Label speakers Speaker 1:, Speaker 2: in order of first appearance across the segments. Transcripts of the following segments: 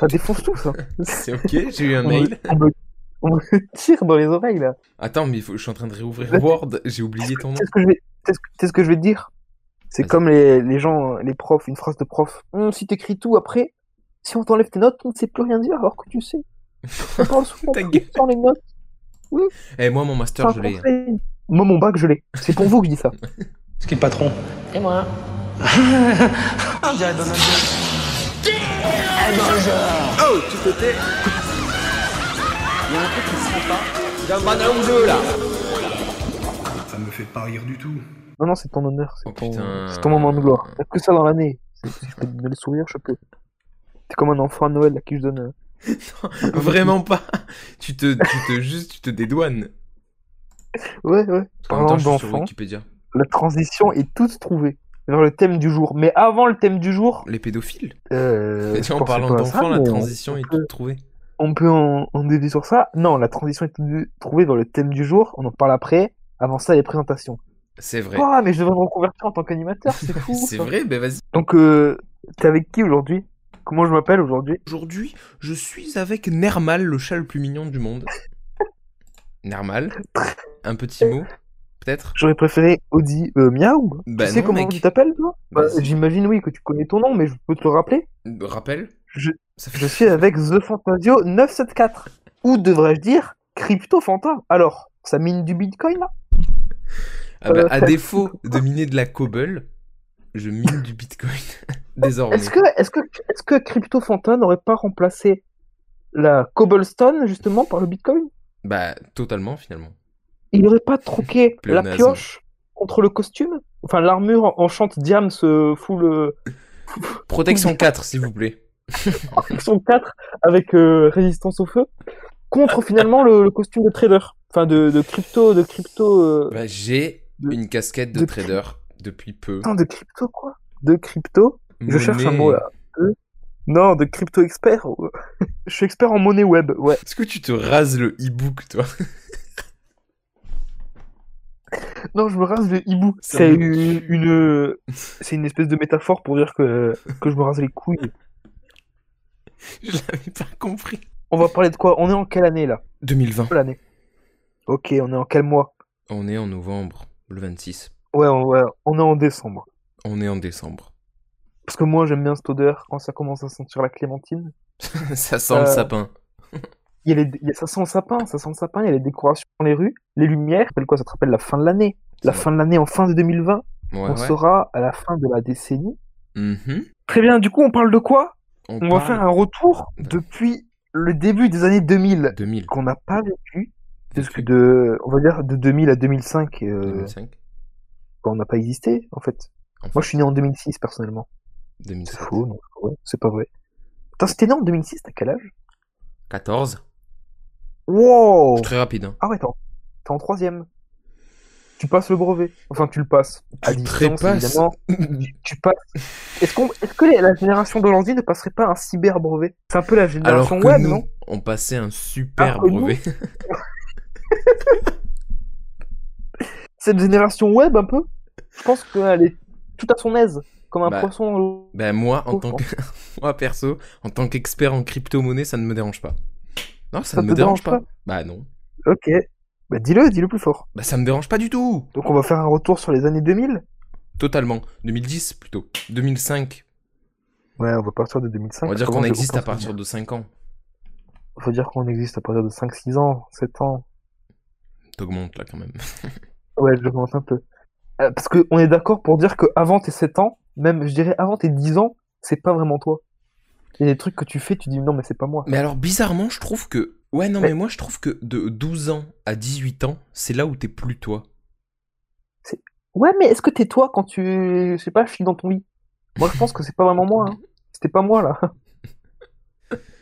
Speaker 1: Ça défonce tout, ça.
Speaker 2: C'est ok, j'ai eu un
Speaker 1: On me-
Speaker 2: mail.
Speaker 1: On me, on me tire dans les oreilles, là.
Speaker 2: Attends, mais il faut- je suis en train de réouvrir
Speaker 1: Là, tu-
Speaker 2: Word, j'ai oublié ton nom.
Speaker 1: Tu sais ce que je vais, tu sais ce que- tu sais ce que je vais te dire C'est
Speaker 2: Vas-y.
Speaker 1: comme les, les gens, les profs, une phrase de prof. Hum, si t'écris tout après, si on t'enlève tes notes, on ne sait plus rien dire alors que tu sais. On parle souvent
Speaker 2: Ta
Speaker 1: plus
Speaker 2: gueule.
Speaker 1: sans les notes.
Speaker 2: Eh, moi, mon master,
Speaker 1: Enfin,
Speaker 2: je l'ai. hein.
Speaker 1: conseil. Moi, mon bac, je l'ai. C'est pour vous que je dis ça.
Speaker 3: C'est qui le patron
Speaker 4: Et moi
Speaker 3: Oh, Ça me fait pas rire du tout.
Speaker 1: Non, non, c'est ton honneur, c'est
Speaker 2: Oh,
Speaker 1: ton,
Speaker 2: putain.
Speaker 1: c'est ton moment de gloire. T'as que ça dans l'année. Si je peux te donner le sourire, je peux. T'es comme un enfant à Noël à qui je donne. euh,
Speaker 2: Vraiment pas. Tu te, tu te, juste, tu te dédouanes.
Speaker 1: Ouais, ouais.
Speaker 2: En même temps,
Speaker 1: Parlant
Speaker 2: je suis sur
Speaker 1: d'enfant,
Speaker 2: Wikipédia.
Speaker 1: la transition est toute trouvée vers le thème du jour. Mais avant le thème du jour,
Speaker 2: Les pédophiles.
Speaker 1: euh,
Speaker 2: Et
Speaker 1: je
Speaker 2: en
Speaker 1: pensais
Speaker 2: parlant
Speaker 1: pas à ça,
Speaker 2: d'enfants, la
Speaker 1: mais on-
Speaker 2: transition est
Speaker 1: peut-
Speaker 2: toute trouvée.
Speaker 1: On peut en, en dévier sur ça. Non, la transition est toute trouvée dans le thème du jour. On en parle après. Avant ça, les présentations.
Speaker 2: C'est vrai.
Speaker 1: Ah, mais je devrais me reconvertir en tant qu'animateur, c'est fou.
Speaker 2: C'est
Speaker 1: ça.
Speaker 2: vrai, ben vas-y.
Speaker 1: Donc, euh, t'es avec qui aujourd'hui Comment je m'appelle aujourd'hui
Speaker 2: Aujourd'hui, je suis avec Nermal, le chat le plus mignon du monde. Nermal, un petit mot, peut-être
Speaker 1: J'aurais préféré Audi euh, Miaou.
Speaker 2: Bah
Speaker 1: tu sais
Speaker 2: non,
Speaker 1: comment
Speaker 2: mec.
Speaker 1: tu t'appelles, toi Bah,
Speaker 2: Vas-y.
Speaker 1: J'imagine, oui, que tu connais ton nom, mais je peux te le rappeler.
Speaker 2: Rappel
Speaker 1: Je,
Speaker 2: Ça
Speaker 1: je suis avec The Fantasio 974. Ou devrais-je dire Crypto Fanta. Alors, ça mine du bitcoin, là
Speaker 2: Ah bah,
Speaker 1: euh,
Speaker 2: à défaut de miner de la cobble, je mine du bitcoin désormais.
Speaker 1: Est-ce que, est-ce que, est-ce que Crypto Fanta n'aurait pas remplacé la cobblestone, justement, par le bitcoin
Speaker 2: Bah, totalement finalement.
Speaker 1: Il n'aurait pas troqué la
Speaker 2: Pléonasme.
Speaker 1: pioche contre le costume Enfin, l'armure en- en chante Diam se euh, fout le.
Speaker 2: Protection 4, s'il vous plaît.
Speaker 1: Section 4 avec euh, résistance au feu contre finalement le, le costume de trader enfin de, de crypto de crypto euh,
Speaker 2: Bah, j'ai
Speaker 1: De-
Speaker 2: une casquette de
Speaker 1: de-
Speaker 2: trader depuis peu.
Speaker 1: putain, de crypto quoi de crypto je cherche un
Speaker 2: Monnaie-
Speaker 1: mot là De- non de crypto expert ouais. je suis expert en monnaie web ouais
Speaker 2: Est-ce que tu te rases le e-book, toi
Speaker 1: non je me rase le hibou
Speaker 2: Ça
Speaker 1: c'est
Speaker 2: me
Speaker 1: une,
Speaker 2: tue.
Speaker 1: une- c'est une espèce de métaphore pour dire que que je me rase les couilles
Speaker 2: Je l'avais pas compris.
Speaker 1: on va parler de quoi on est en quelle année là
Speaker 2: 2020.
Speaker 1: Quelle année ok on est en quel mois
Speaker 2: On est en novembre, le 26.
Speaker 1: ouais on, ouais, on est en décembre
Speaker 2: On est en décembre.
Speaker 1: parce que moi j'aime bien cette odeur quand ça commence à sentir la clémentine
Speaker 2: Ça sent le
Speaker 1: Euh,
Speaker 2: sapin.
Speaker 1: Il y a les, il y a- ça sent le sapin, ça sent le sapin, il y a les décorations dans les rues, les lumières, c'est quoi, ça te rappelle la fin de l'année. La
Speaker 2: Ça-
Speaker 1: fin de l'année, en fin de 2020,
Speaker 2: Ouais,
Speaker 1: on
Speaker 2: ouais.
Speaker 1: sera à la fin de la décennie.
Speaker 2: Mhm.
Speaker 1: Très bien, du coup, on parle de quoi
Speaker 2: On,
Speaker 1: On va
Speaker 2: parle
Speaker 1: faire un retour depuis le début des années 2000,
Speaker 2: 2000.
Speaker 1: qu'on n'a pas vécu, parce que de, on va dire de 2000 à 2005, euh,
Speaker 2: 2005.
Speaker 1: quand on n'a pas existé, en fait.
Speaker 2: En
Speaker 1: Moi, je suis né en 2006, personnellement. C'est
Speaker 2: 2007.
Speaker 1: faux, non, c'est pas vrai, c'est pas vrai. Putain, c'était né en 2006, t'as quel âge
Speaker 2: 14.
Speaker 1: Wow
Speaker 2: Très rapide. hein.
Speaker 1: Ah ouais, t'es en- t'es en troisième. Tu passes le brevet. Enfin, tu le passes. À
Speaker 2: Tu
Speaker 1: distance,
Speaker 2: trépasses.
Speaker 1: évidemment. Tu- tu passes. Est-ce qu'on, est-ce que les- la génération d'aujourd'hui ne passerait pas un cyber brevet C'est un peu la
Speaker 2: Alors
Speaker 1: génération
Speaker 2: que
Speaker 1: web,
Speaker 2: nous,
Speaker 1: non
Speaker 2: on passait un super
Speaker 1: Alors que nous-
Speaker 2: brevet.
Speaker 1: Cette génération web, un peu. Je pense qu'elle est tout à son aise, comme un
Speaker 2: Bah.
Speaker 1: poisson. dans l'eau.
Speaker 2: ben moi, en
Speaker 1: Oh,
Speaker 2: tant que... moi, perso, en tant qu'expert en crypto-monnaie, ça ne me dérange pas. Non,
Speaker 1: Ça
Speaker 2: ça, ne
Speaker 1: te
Speaker 2: me dérange
Speaker 1: dérange
Speaker 2: pas. Bah non.
Speaker 1: Ok. Bah, dis-le, dis-le plus fort.
Speaker 2: Bah ça me dérange pas du tout.
Speaker 1: Donc, on va faire un retour sur les années 2000.
Speaker 2: Totalement. 2010 plutôt. 2005.
Speaker 1: Ouais, on va partir de 2005.
Speaker 2: On va dire
Speaker 1: Comment
Speaker 2: qu'on
Speaker 1: j'ai
Speaker 2: existe
Speaker 1: aucun
Speaker 2: à partir
Speaker 1: souvenir
Speaker 2: de 5 ans.
Speaker 1: Faut dire qu'on existe à partir de 5-6 ans, 7 ans.
Speaker 2: T'augmentes là quand même.
Speaker 1: Ouais, je l'augmente un peu. Euh, parce qu'on est d'accord pour dire que avant tes 7 ans, même je dirais avant tes 10 ans, c'est pas vraiment toi. Il y a des trucs que tu fais, tu dis non, mais c'est pas moi.
Speaker 2: Mais alors bizarrement, je trouve que ouais non
Speaker 1: Mais-
Speaker 2: mais moi je trouve que de 12 ans à 18 ans, c'est là où t'es plus toi.
Speaker 1: Ouais, mais est-ce que t'es toi quand tu. Je sais pas, je suis dans ton lit Moi, je pense que c'est pas vraiment moi. hein. C'était pas moi là.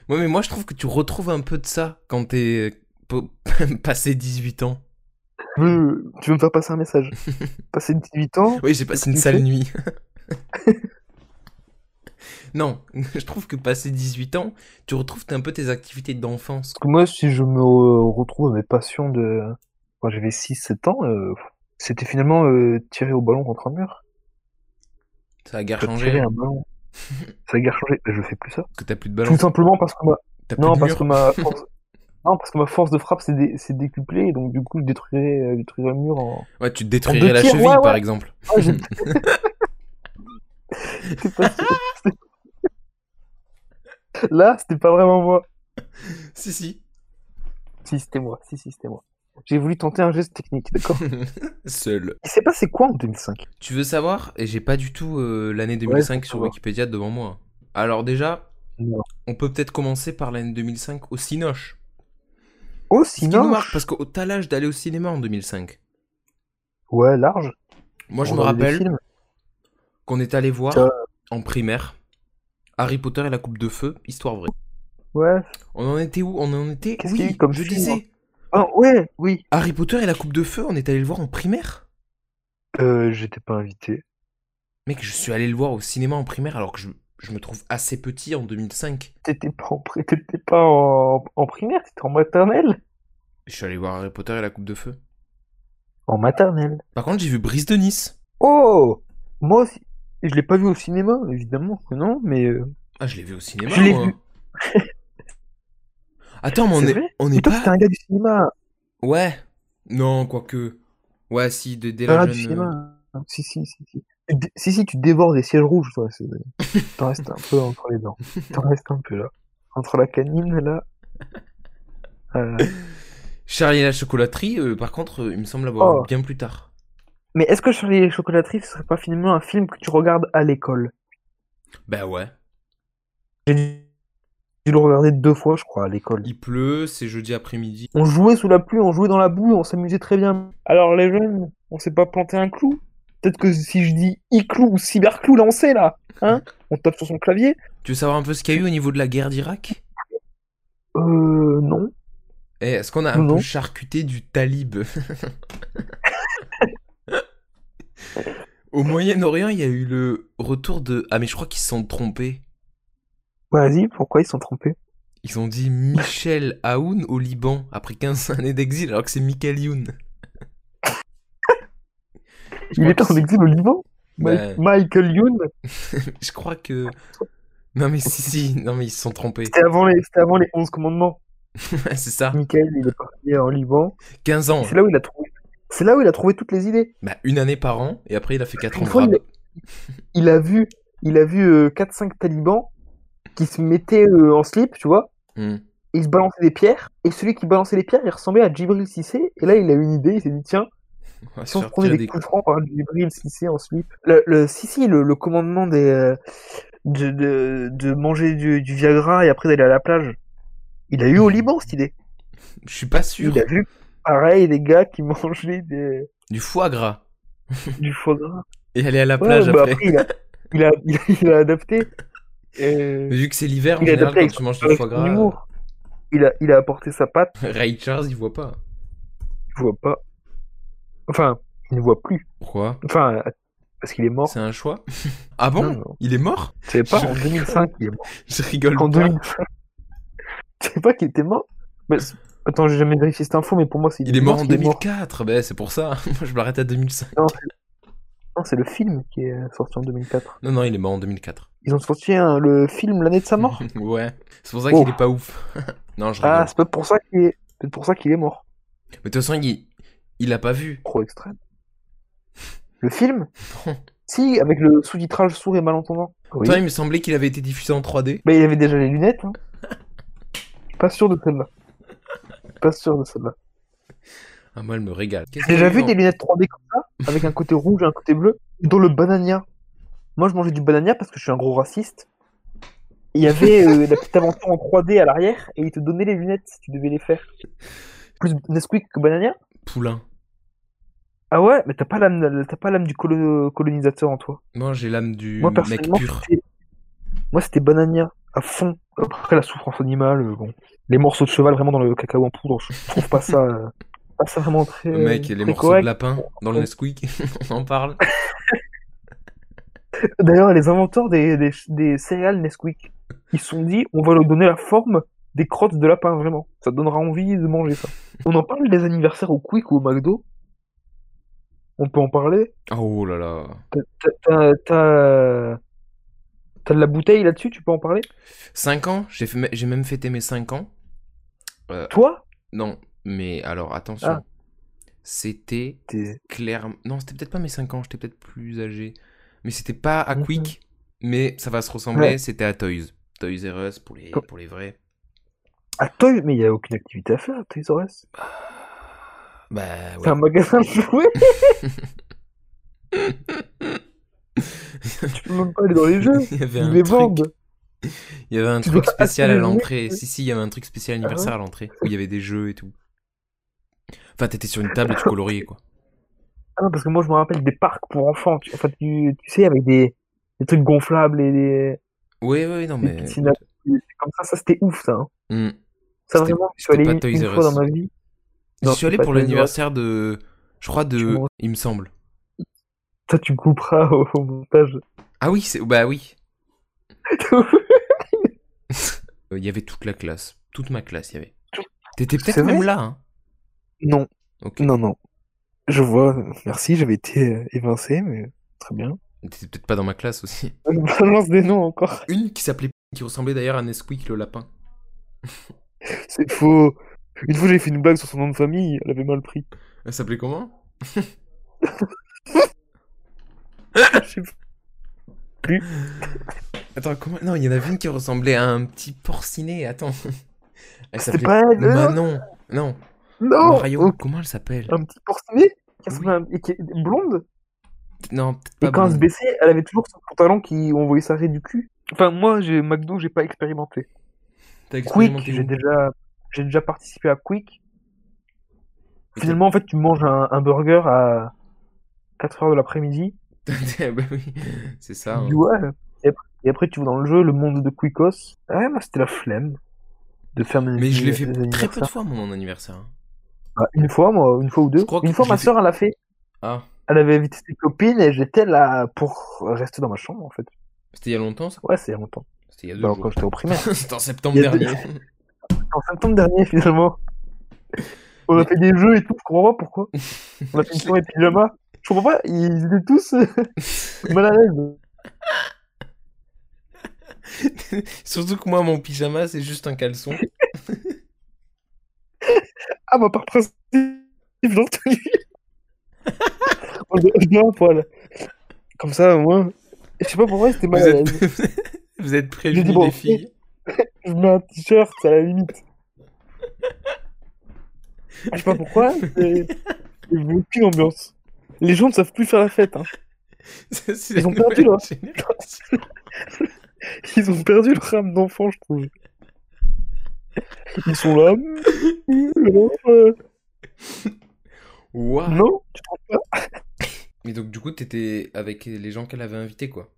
Speaker 2: Ouais mais moi je trouve que tu retrouves un peu de ça quand t'es euh, p- passé 18 ans.
Speaker 1: Tu veux- Tu veux me faire passer un message Passer 18 ans
Speaker 2: Oui, j'ai passé une
Speaker 1: Tu
Speaker 2: sale
Speaker 1: fais
Speaker 2: nuit. non, je trouve que passé 18 ans, tu retrouves un peu tes activités d'enfance.
Speaker 1: Parce que moi, si je me re- retrouve à mes passions de. Quand j'avais 6-7 ans, euh, c'était finalement euh, tirer au ballon contre un mur.
Speaker 2: Ça a guère
Speaker 1: T'as
Speaker 2: changé.
Speaker 1: tiré
Speaker 2: hein.
Speaker 1: un ballon. Ça a guère changé. Je fais plus ça.
Speaker 2: Parce que t'as plus de
Speaker 1: Tout
Speaker 2: balance.
Speaker 1: simplement parce que ma...
Speaker 2: T'as plus
Speaker 1: Non,
Speaker 2: de
Speaker 1: parce que
Speaker 2: mur.
Speaker 1: ma force... non, parce que ma force de frappe c'est dé- c'est décuplée, donc du coup je détruirais, euh, je détruirais le mur en.
Speaker 2: Ouais, tu te détruirais
Speaker 1: En deux
Speaker 2: la
Speaker 1: tirs,
Speaker 2: cheville,
Speaker 1: ouais, ouais.
Speaker 2: par exemple.
Speaker 1: Ah, j'ai- C'est pas sûr. Là, c'était pas vraiment moi.
Speaker 2: si, si.
Speaker 1: Si, c'était moi. Si, si, c'était moi. J'ai voulu tenter un geste technique, d'accord
Speaker 2: Seul.
Speaker 1: Il s'est passé quoi en 2005
Speaker 2: Tu veux savoir Et j'ai pas du tout euh, l'année 2005
Speaker 1: faut
Speaker 2: sur
Speaker 1: savoir.
Speaker 2: Wikipédia devant moi. Alors déjà,
Speaker 1: Non.
Speaker 2: on peut peut-être commencer par l'année 2005 au Cinoche.
Speaker 1: Oh,
Speaker 2: Ce qui nous
Speaker 1: sinon.
Speaker 2: marque, parce que t'as l'âge d'aller au cinéma en 2005.
Speaker 1: Ouais, large.
Speaker 2: Moi, je
Speaker 1: On
Speaker 2: me
Speaker 1: a vu des
Speaker 2: rappelle
Speaker 1: films.
Speaker 2: qu'on est allé voir
Speaker 1: Ça.
Speaker 2: en primaire Harry Potter et la Coupe de Feu, histoire vraie.
Speaker 1: Ouais.
Speaker 2: On en était où On en était
Speaker 1: Qu'est-ce qu'il y a
Speaker 2: Oui,
Speaker 1: eu comme
Speaker 2: je
Speaker 1: film, hein
Speaker 2: disais.
Speaker 1: Ah, ouais, oui.
Speaker 2: Harry Potter et la Coupe de Feu, on est allé le voir en primaire
Speaker 1: Euh, j'étais pas invité.
Speaker 2: Mec, je suis allé le voir au cinéma en primaire alors que je, je me trouve assez petit en 2005.
Speaker 1: T'étais pas en, pri- t'étais pas en... en primaire, t'étais en maternelle.
Speaker 2: Je suis allé voir Harry Potter et la Coupe de Feu.
Speaker 1: En maternelle.
Speaker 2: Par contre, j'ai vu Brise de Nice.
Speaker 1: Oh Moi aussi. Je l'ai pas vu au cinéma, évidemment que non, mais. euh,
Speaker 2: Ah, je l'ai vu au cinéma,
Speaker 1: Je l'ai
Speaker 2: moi.
Speaker 1: vu.
Speaker 2: Attends, mais on
Speaker 1: C'est
Speaker 2: est,
Speaker 1: vrai
Speaker 2: on
Speaker 1: Mais
Speaker 2: est
Speaker 1: toi,
Speaker 2: pas...
Speaker 1: t'étais un gars du cinéma.
Speaker 2: Ouais. Non, quoique... Ouais, si, dès, dès
Speaker 1: Ah,
Speaker 2: la
Speaker 1: du
Speaker 2: jeune... euh,
Speaker 1: cinéma. Si, si, si, si. Tu dé- Si, si, tu dévores des ciels rouges, toi. c'est- T'en restes un peu entre les dents. T'en restes un peu là. Entre la canine, là. Euh,
Speaker 2: Charlie et la chocolaterie, euh, par contre, euh, il me semble avoir
Speaker 1: Oh.
Speaker 2: vu bien plus tard.
Speaker 1: Mais est-ce que Charlie et les chocolateries, ce serait pas finalement un film que tu regardes à l'école
Speaker 2: Bah ouais.
Speaker 1: J'ai dû... dû le regarder deux fois, je crois, à l'école.
Speaker 2: Il pleut, c'est jeudi après-midi.
Speaker 1: On jouait sous la pluie, on jouait dans la boue, on s'amusait très bien. Alors les jeunes, on s'est pas planté un clou Peut-être que si je dis i-clou ou cyberclou, là on sait là Hein On tape sur son clavier
Speaker 2: Tu veux savoir un peu ce qu'il y a eu au niveau de la guerre d'Irak
Speaker 1: Euh, non.
Speaker 2: Eh, Est-ce qu'on a un
Speaker 1: Non.
Speaker 2: peu charcuté du talib Au Moyen-Orient, il y a eu le retour de... Ah mais je crois qu'ils se sont trompés.
Speaker 1: Vas-y, pourquoi ils sont trompés
Speaker 2: Ils ont dit Michel Aoun au Liban après 15 années d'exil alors que c'est Michael Youn.
Speaker 1: Il était en exil au Liban Ma-
Speaker 2: Ben.
Speaker 1: Michael Youn
Speaker 2: Je crois que... Non mais si si, non mais ils se sont trompés.
Speaker 1: C'était avant les, c'était avant les 11 commandements.
Speaker 2: c'est ça.
Speaker 1: Michael, il est parti en Liban.
Speaker 2: 15 ans.
Speaker 1: C'est là où il a trouvé. C'est là où il a trouvé toutes les idées.
Speaker 2: Bah une année par an et après il a fait 4 ans
Speaker 1: Une
Speaker 2: de
Speaker 1: fois, il
Speaker 2: rab.
Speaker 1: Il a vu, il a vu euh, 4-5 talibans qui se mettaient euh, en slip, tu vois,
Speaker 2: Hmm.
Speaker 1: et ils se balançaient des pierres. Et celui qui balançait les pierres, il ressemblait à Djibril Sissé. Et là, il a eu une idée, il s'est dit, tiens,
Speaker 2: On va
Speaker 1: si on se
Speaker 2: faire
Speaker 1: prenait
Speaker 2: tirer
Speaker 1: des coups francs par Djibril Sissé en slip. Le, le, si, si, le, le commandement des, euh, de, de, de manger du, du Viagra et après d'aller à la plage, il a eu au Liban cette idée.
Speaker 2: Je suis pas sûr.
Speaker 1: Il a vu pareil des gars qui mangeaient des-
Speaker 2: Du foie gras.
Speaker 1: du foie gras.
Speaker 2: Et aller à la
Speaker 1: Ouais,
Speaker 2: plage
Speaker 1: bah
Speaker 2: après.
Speaker 1: après, il, a, il, a, il, a, il a adapté. Euh,
Speaker 2: Mais Vu que c'est l'hiver, en
Speaker 1: il a adapté
Speaker 2: général, quand
Speaker 1: avec,
Speaker 2: tu manges du
Speaker 1: avec
Speaker 2: foie
Speaker 1: son
Speaker 2: gras,
Speaker 1: humour. Il a, il a apporté sa patte,
Speaker 2: euh, Ray Charles, il voit pas.
Speaker 1: il voit pas. Enfin, il ne voit plus.
Speaker 2: Pourquoi
Speaker 1: Enfin, parce qu'il est mort.
Speaker 2: C'est un choix Ah bon
Speaker 1: Non, non.
Speaker 2: Il est mort
Speaker 1: Tu savais pas,
Speaker 2: Je-
Speaker 1: en 2005, il est mort.
Speaker 2: Je rigole
Speaker 1: En
Speaker 2: pas.
Speaker 1: 2005. Tu savais pas qu'il était mort Mais c'est- Attends, j'ai jamais vérifié cette info, mais pour moi, c'est
Speaker 2: Il est mort en
Speaker 1: qu'il
Speaker 2: 2004, ben c'est pour ça. Moi je m'arrête à 2005.
Speaker 1: Non, c'est le film qui est sorti en 2004.
Speaker 2: Non, non, il est mort en 2004.
Speaker 1: Ils ont sorti hein, le film l'année de sa
Speaker 2: Mmh.
Speaker 1: mort.
Speaker 2: ouais. C'est pour ça
Speaker 1: Oh.
Speaker 2: qu'il est pas ouf. non, je rigole.
Speaker 1: Ah, c'est peut-être pour ça qu'il est... peut-être pour ça qu'il est mort.
Speaker 2: Mais de toute façon, il... il a pas vu.
Speaker 1: Trop extrême. Le film
Speaker 2: Non.
Speaker 1: Si, avec le sous-titrage sourd et malentendant. Oui.
Speaker 2: Toi, il me semblait qu'il avait été diffusé en 3D.
Speaker 1: Mais il avait déjà les lunettes. Hein. Je suis Pas sûr de celle-là. Je suis Pas sûr de celle-là.
Speaker 2: Ah, moi, elle me régale. Qu'est-ce
Speaker 1: J'ai déjà
Speaker 2: qu'il y
Speaker 1: vu
Speaker 2: a
Speaker 1: des
Speaker 2: eu
Speaker 1: lunettes 3D comme ça, avec un côté rouge et un côté bleu, dans le banania. Moi, je mangeais du banania parce que je suis un gros raciste. Et Il y avait euh, la petite aventure en 3D à l'arrière et ils te donnaient les lunettes si tu devais les faire. Plus Nesquik que banania
Speaker 2: en Poulain.
Speaker 1: Ah ouais, mais t'as pas l'âme, t'as pas l'âme du colo- colonisateur en toi.
Speaker 2: Moi, j'ai l'âme du
Speaker 1: Moi
Speaker 2: mec
Speaker 1: personnellement,
Speaker 2: pur.
Speaker 1: c'était- moi c'était Banania à fond. Après la souffrance animale, euh, bon, les morceaux de cheval vraiment dans le cacao en poudre, je trouve pas ça, euh, pas ça vraiment très. euh,
Speaker 2: Mec, les
Speaker 1: très
Speaker 2: morceaux
Speaker 1: correct.
Speaker 2: de lapin dans le Nesquik, on en parle.
Speaker 1: D'ailleurs, les inventeurs des, des, des céréales Nesquik, ils se sont dit, on va leur donner la forme des crottes de lapin vraiment. Ça donnera envie de manger ça. On en parle des anniversaires au Quick ou au McDo. On peut en parler.
Speaker 2: Oh là là.
Speaker 1: T'as- T'as, t'as, T'as de la bouteille là-dessus, tu peux en parler
Speaker 2: 5 ans, j'ai fait- j'ai même fêté mes 5 ans. Euh,
Speaker 1: Toi
Speaker 2: non, mais alors attention.
Speaker 1: Ah.
Speaker 2: C'était
Speaker 1: T'es-
Speaker 2: clairement. Non, c'était peut-être pas mes 5 ans, j'étais peut-être plus âgé. Mais c'était pas à
Speaker 1: Mhm.
Speaker 2: Quick, mais ça va se ressembler,
Speaker 1: Ouais.
Speaker 2: c'était à Toys. Toys R Us pour les,
Speaker 1: Co-
Speaker 2: pour les vrais.
Speaker 1: À Toy, mais il n'y a aucune activité à faire à Toys R Us.
Speaker 2: Bah
Speaker 1: C'est un magasin de jouets Tu peux même pas aller dans les jeux.
Speaker 2: Il y avait
Speaker 1: Ils
Speaker 2: un
Speaker 1: les
Speaker 2: truc,
Speaker 1: vendent.
Speaker 2: il y avait un
Speaker 1: Tu
Speaker 2: truc
Speaker 1: dois
Speaker 2: spécial à
Speaker 1: acheter les
Speaker 2: l'entrée. Si, si, il y avait un truc spécial
Speaker 1: Ah
Speaker 2: anniversaire à l'entrée où il y avait des jeux et tout. Enfin, t'étais sur une table et tu coloriais quoi.
Speaker 1: Ah non, parce que moi, je me rappelle des parcs pour enfants. Tu, enfin, tu, tu sais, avec des, des trucs gonflables et des,
Speaker 2: Oui, oui, non,
Speaker 1: des
Speaker 2: mais.
Speaker 1: piscines à- des trucs comme ça. Ça, c'était ouf, ça. hein.
Speaker 2: Hmm.
Speaker 1: Ça,
Speaker 2: C'était-
Speaker 1: vraiment, je suis
Speaker 2: c'était
Speaker 1: allé
Speaker 2: pas
Speaker 1: une,
Speaker 2: Toys
Speaker 1: une
Speaker 2: R
Speaker 1: fois
Speaker 2: Us.
Speaker 1: dans ma vie.
Speaker 2: Je
Speaker 1: Non,
Speaker 2: suis allé
Speaker 1: pas
Speaker 2: pour
Speaker 1: Toys R Us.
Speaker 2: l'anniversaire de. Je crois
Speaker 1: Tu
Speaker 2: de.
Speaker 1: m'en-
Speaker 2: Il me semble.
Speaker 1: Ça, tu couperas au, au montage.
Speaker 2: Ah oui, c'est. Bah oui. Euh, Il y avait toute la classe. Toute ma classe, il y avait. T'étais peut-être
Speaker 1: C'est
Speaker 2: même
Speaker 1: vrai
Speaker 2: là, hein.
Speaker 1: non,
Speaker 2: Ok.
Speaker 1: non, non. Je vois, merci, j'avais été euh, évincé, mais très bien.
Speaker 2: T'étais peut-être pas dans ma classe aussi.
Speaker 1: Je lance des noms encore.
Speaker 2: Une qui s'appelait. qui ressemblait d'ailleurs à Nesquik le lapin.
Speaker 1: C'est faux. Une fois, j'ai fait une blague sur son nom de famille, elle avait mal pris.
Speaker 2: Elle s'appelait comment
Speaker 1: Je sais pas.
Speaker 2: Attends, comment Non, il y en avait une qui ressemblait à un petit porcinet, attends. Elle
Speaker 1: C'était pas elle, Oh, euh,
Speaker 2: Manon. Non,
Speaker 1: Non
Speaker 2: Mario,
Speaker 1: Un-
Speaker 2: comment elle s'appelle
Speaker 1: Un petit porcinet qui ressemblait à un- et qui est blonde.
Speaker 2: Non, peut-être
Speaker 1: Et
Speaker 2: pas
Speaker 1: quand elle se
Speaker 2: Blondie.
Speaker 1: baissait, elle avait toujours son pantalon qui on voyait s'arrêter du cul. Enfin, moi, j'ai McDo, j'ai pas expérimenté.
Speaker 2: T'as
Speaker 1: Quick,
Speaker 2: expérimenté
Speaker 1: j'ai
Speaker 2: où
Speaker 1: déjà, j'ai déjà participé à Quick.
Speaker 2: Et
Speaker 1: Finalement, en fait, tu manges un, un burger à 4 heures de l'après-midi.
Speaker 2: t'as- bah oui, c'est ça. hein.
Speaker 1: Tu dis, ouais. Et après, et après, tu vas dans le jeu, le monde de Quickos. Ouais, moi, c'était la flemme de faire mes
Speaker 2: Mais je l'ai
Speaker 1: mes-
Speaker 2: fait
Speaker 1: mes
Speaker 2: très peu de
Speaker 1: anniversaires.
Speaker 2: fois mon anniversaire.
Speaker 1: Bah, Une fois, moi, une fois ou
Speaker 2: Je
Speaker 1: deux.
Speaker 2: crois que
Speaker 1: Une fois,
Speaker 2: je
Speaker 1: ma
Speaker 2: l'ai fait-
Speaker 1: soeur, elle l'a fait.
Speaker 2: Ah,
Speaker 1: Elle avait invité ses copines et j'étais là pour rester dans ma chambre, en fait.
Speaker 2: c'était il y a longtemps ça
Speaker 1: Ouais, c'est il y a longtemps.
Speaker 2: C'était il y a deux
Speaker 1: Bah,
Speaker 2: jours.
Speaker 1: quand j'étais au primaire.
Speaker 2: C'était en septembre
Speaker 1: Il y a deux-
Speaker 2: dernier.
Speaker 1: en septembre dernier finalement. On a fait des jeux et tout, je comprends pas pourquoi. On a fait une soirée pyjama. Je comprends pas, ils étaient tous euh, mal à l'aise.
Speaker 2: Surtout que moi, mon pyjama, c'est juste un caleçon.
Speaker 1: Ah bah par principe, j'ai entendu. On est bien un poil. Comme ça au moins. Je sais pas pourquoi c'était
Speaker 2: Vous
Speaker 1: mal à
Speaker 2: êtes,
Speaker 1: l'aise.
Speaker 2: Vous êtes prévenus,
Speaker 1: dit, bon,
Speaker 2: les filles.
Speaker 1: Je mets un t-shirt à la limite. Je sais pas pourquoi, mais il y avait aucune ambiance. Les gens ne savent plus faire la fête. Hein.
Speaker 2: Ça, c'est
Speaker 1: Ils
Speaker 2: la
Speaker 1: ont perdu, hein.
Speaker 2: nouvelle
Speaker 1: là.
Speaker 2: génération.
Speaker 1: Ils ont perdu leur âme d'enfant, je trouve. Ils sont là. Non, euh,
Speaker 2: Waouh.
Speaker 1: non, tu trouves pas
Speaker 2: Mais donc, du coup, t'étais avec les gens qu'elle avait invités, quoi.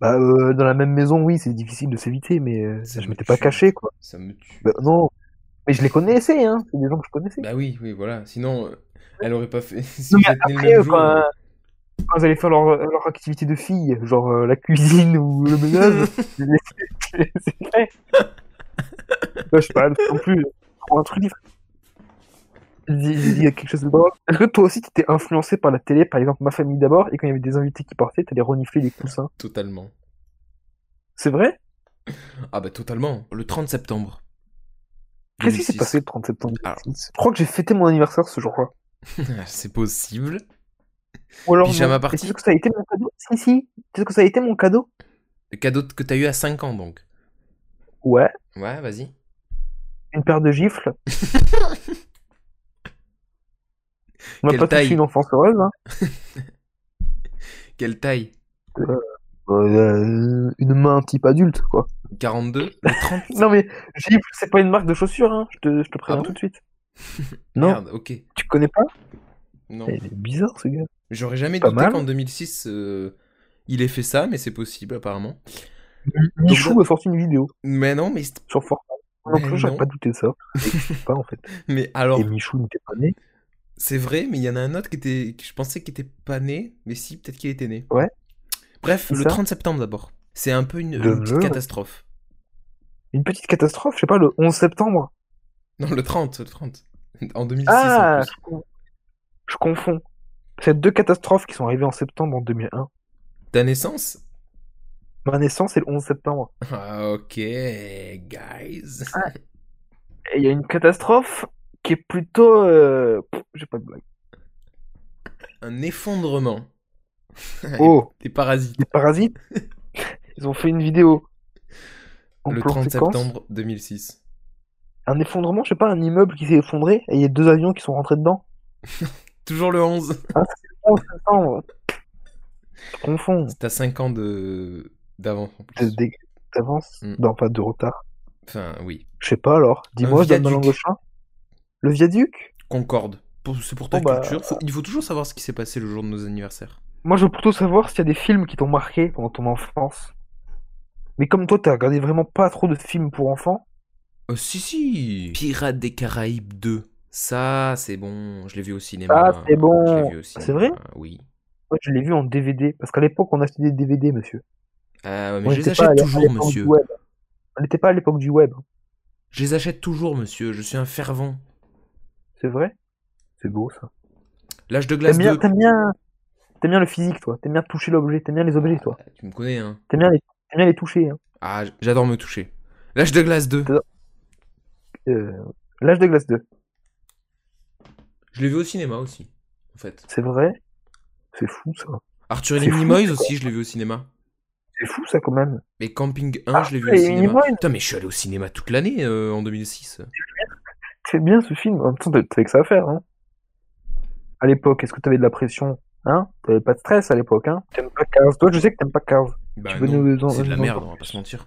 Speaker 1: Bah, euh, dans la même maison, oui, c'est difficile de s'éviter, mais euh,
Speaker 2: Ça
Speaker 1: je
Speaker 2: me
Speaker 1: m'étais pas
Speaker 2: tue.
Speaker 1: caché, quoi.
Speaker 2: Ça me tue.
Speaker 1: Bah, non. Mais je les connaissais, hein. C'est des gens que je connaissais.
Speaker 2: Bah oui, oui, voilà. Sinon, euh, elle aurait pas fait. Si
Speaker 1: Non,
Speaker 2: vous
Speaker 1: mais
Speaker 2: êtes nés le
Speaker 1: après,
Speaker 2: même
Speaker 1: euh,
Speaker 2: jour.
Speaker 1: quand, euh, quand ils allaient faire leur, leur activité de fille, genre euh, la cuisine ou le ménage, je les je les laissais faire. Bah, je sais pas non plus. Prends un truc. J'ai dit- j'ai dit, Il y a quelque chose de drôle. Est-ce que toi aussi, tu étais influencé par la télé, par exemple ma famille d'abord, et quand il y avait des invités qui partaient, t'allais renifler les coussins
Speaker 2: Totalement.
Speaker 1: C'est vrai
Speaker 2: Ah bah totalement. Le 30 septembre.
Speaker 1: Qu'est-ce qui s'est
Speaker 2: 2006.
Speaker 1: passé le 30 septembre
Speaker 2: Alors.
Speaker 1: 2006 Je crois que j'ai fêté mon anniversaire ce jour-là.
Speaker 2: C'est possible.
Speaker 1: Ou alors.
Speaker 2: Pyjama
Speaker 1: non. Et
Speaker 2: party.
Speaker 1: Tu sais que ça a été mon cadeau Si, si. Tu sais que ça a été mon cadeau
Speaker 2: Le cadeau que t'as eu à 5 ans, donc.
Speaker 1: Ouais.
Speaker 2: Ouais, vas-y.
Speaker 1: une paire de gifles. On n'a
Speaker 2: Quelle
Speaker 1: pas tous
Speaker 2: taille
Speaker 1: eu une enfance heureuse. Hein.
Speaker 2: Quelle taille
Speaker 1: Euh, une main type adulte, quoi.
Speaker 2: 42 Ah, Le 30
Speaker 1: Non, mais gifles, c'est pas une marque de chaussures, hein. je, te, je te préviens
Speaker 2: Ah
Speaker 1: tout
Speaker 2: bon
Speaker 1: de suite. non,
Speaker 2: Merde, ok.
Speaker 1: tu connais pas
Speaker 2: Non.
Speaker 1: Il est bizarre, ce gars.
Speaker 2: J'aurais jamais
Speaker 1: Pas
Speaker 2: douté
Speaker 1: mal.
Speaker 2: qu'en 2006, euh, il ait fait ça, mais c'est possible, apparemment.
Speaker 1: Michou a sorti une vidéo
Speaker 2: Mais non, mais, c'est-
Speaker 1: sur Fortnite. Non
Speaker 2: Mais
Speaker 1: plus, j'aurais
Speaker 2: non.
Speaker 1: pas douté de ça. Je pas, en fait.
Speaker 2: mais alors,
Speaker 1: Et Michou n'était pas né.
Speaker 2: c'est vrai, mais il y en a un autre qui était, que je pensais qu'il était pas né, mais si, peut-être qu'il était né.
Speaker 1: Ouais.
Speaker 2: Bref,
Speaker 1: C'est
Speaker 2: le
Speaker 1: ça.
Speaker 2: 30 septembre d'abord. C'est un peu une,
Speaker 1: De
Speaker 2: une petite
Speaker 1: merde.
Speaker 2: catastrophe.
Speaker 1: Une petite catastrophe, je sais pas, le 11 septembre.
Speaker 2: Non, le 30, le 30. En 2006,
Speaker 1: Ah
Speaker 2: en plus.
Speaker 1: je con- Je confonds. C'est deux catastrophes qui sont arrivées en septembre en 2001.
Speaker 2: Ta naissance
Speaker 1: Ma naissance est le 11 septembre.
Speaker 2: Ah, ok, guys.
Speaker 1: Ah. Et il y a une catastrophe qui est plutôt. euh, pff, J'ai pas de blague.
Speaker 2: Un effondrement.
Speaker 1: Oh,
Speaker 2: Des parasites.
Speaker 1: les parasites, ils ont fait une vidéo. En
Speaker 2: Le
Speaker 1: plan
Speaker 2: 30
Speaker 1: séquence,
Speaker 2: septembre 2006.
Speaker 1: Un effondrement, je sais pas, un immeuble qui s'est effondré et il y a deux avions qui sont rentrés dedans.
Speaker 2: Toujours le 11.
Speaker 1: Oh, septembre. Je confonds.
Speaker 2: C'est à 5 ans de... d'avance. en plus.
Speaker 1: De- de- D'avance
Speaker 2: Mm.
Speaker 1: Non, pas de retard.
Speaker 2: Enfin, oui.
Speaker 1: Je sais pas alors. Dis-moi,
Speaker 2: Un
Speaker 1: je donne ma langue au
Speaker 2: viaduc.
Speaker 1: chat. Le viaduc
Speaker 2: Concorde. Pour- C'est pour ta
Speaker 1: Bon, bah,
Speaker 2: culture. Faut- Il faut toujours savoir ce qui s'est passé le jour de nos anniversaires.
Speaker 1: Moi, je veux plutôt savoir s'il y a des films qui t'ont marqué pendant ton enfance. Mais comme toi, t'as regardé vraiment pas trop de films pour enfants.
Speaker 2: Oh, si, si Pirates des Caraïbes 2. Ça, c'est bon. Je l'ai vu au cinéma.
Speaker 1: Ah, c'est
Speaker 2: Je l'ai
Speaker 1: bon.
Speaker 2: vu au cinéma.
Speaker 1: C'est vrai
Speaker 2: Oui.
Speaker 1: Moi, je l'ai vu en DVD. Parce qu'à l'époque, on achetait des DVD, monsieur.
Speaker 2: Ah, ouais, mais
Speaker 1: On
Speaker 2: je les
Speaker 1: n'était pas à
Speaker 2: achète
Speaker 1: l'é- à
Speaker 2: toujours,
Speaker 1: l'époque du
Speaker 2: monsieur.
Speaker 1: web. On n'était pas à l'époque du web. hein.
Speaker 2: Je les achète toujours, monsieur. Je suis un fervent.
Speaker 1: C'est vrai C'est beau, ça.
Speaker 2: L'âge de
Speaker 1: T'aimes
Speaker 2: glace
Speaker 1: bien,
Speaker 2: 2.
Speaker 1: t'aimes bien, t'aimes bien le physique, toi. T'aimes bien toucher l'objet. T'aimes bien les objets, toi.
Speaker 2: Tu me connais, hein.
Speaker 1: T'aimes bien les, t'aimes bien les toucher. Hein.
Speaker 2: Ah, j- j'adore me toucher. L'âge de glace 2.
Speaker 1: Euh, L'âge de glace 2,
Speaker 2: Je l'ai vu au cinéma aussi, en fait.
Speaker 1: c'est vrai C'est fou, ça.
Speaker 2: Arthur et
Speaker 1: C'est
Speaker 2: les
Speaker 1: fou,
Speaker 2: Minimoys
Speaker 1: c'est
Speaker 2: aussi, je l'ai vu au cinéma.
Speaker 1: C'est fou, ça, quand même.
Speaker 2: Et Camping 1, je l'ai vu
Speaker 1: Arthur et
Speaker 2: au
Speaker 1: les
Speaker 2: cinéma.
Speaker 1: Minimoys.
Speaker 2: Putain, mais je suis allé au cinéma toute l'année euh, en 2006.
Speaker 1: C'est bien ce film. En même temps, t'avais t'avais que ça à faire. Hein. À l'époque, est-ce que t'avais de la pression Hein T'avais pas de stress à l'époque. Hein t'aimes pas Cars. Toi, je sais que t'aimes pas Cars.
Speaker 2: Bah,
Speaker 1: Tu veux
Speaker 2: non,
Speaker 1: nous en-
Speaker 2: c'est de la
Speaker 1: nous en-
Speaker 2: merde, on va pas se mentir.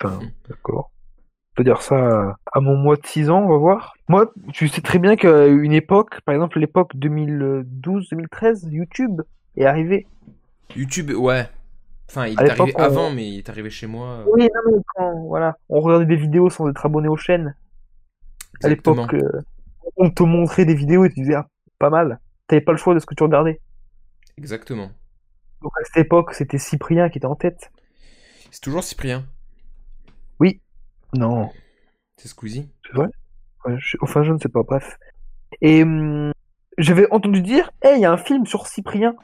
Speaker 1: Enfin, d'accord. On peut dire ça à mon mois de 6 ans, on va voir. Moi, tu sais très bien qu'à une époque, par exemple l'époque 2012-2013, YouTube est arrivé.
Speaker 2: YouTube, ouais. Enfin, il
Speaker 1: À
Speaker 2: est arrivé
Speaker 1: l'époque, on-
Speaker 2: avant, mais il est arrivé chez moi. euh,
Speaker 1: Oui, non, mais quand, voilà, on regardait des vidéos sans être abonné aux chaînes. À
Speaker 2: exactement.
Speaker 1: l'époque, euh, on te montrait des vidéos et tu disais, ah, pas mal. T'avais pas le choix de ce que tu regardais. euh.
Speaker 2: Exactement.
Speaker 1: Donc à cette époque, c'était Cyprien qui était en tête.
Speaker 2: C'est toujours Cyprien.
Speaker 1: Non.
Speaker 2: C'est Squeezie.
Speaker 1: Ouais, je- Enfin, je ne sais pas, bref. Et hum, j'avais entendu dire, hey, il y a un film sur Cyprien.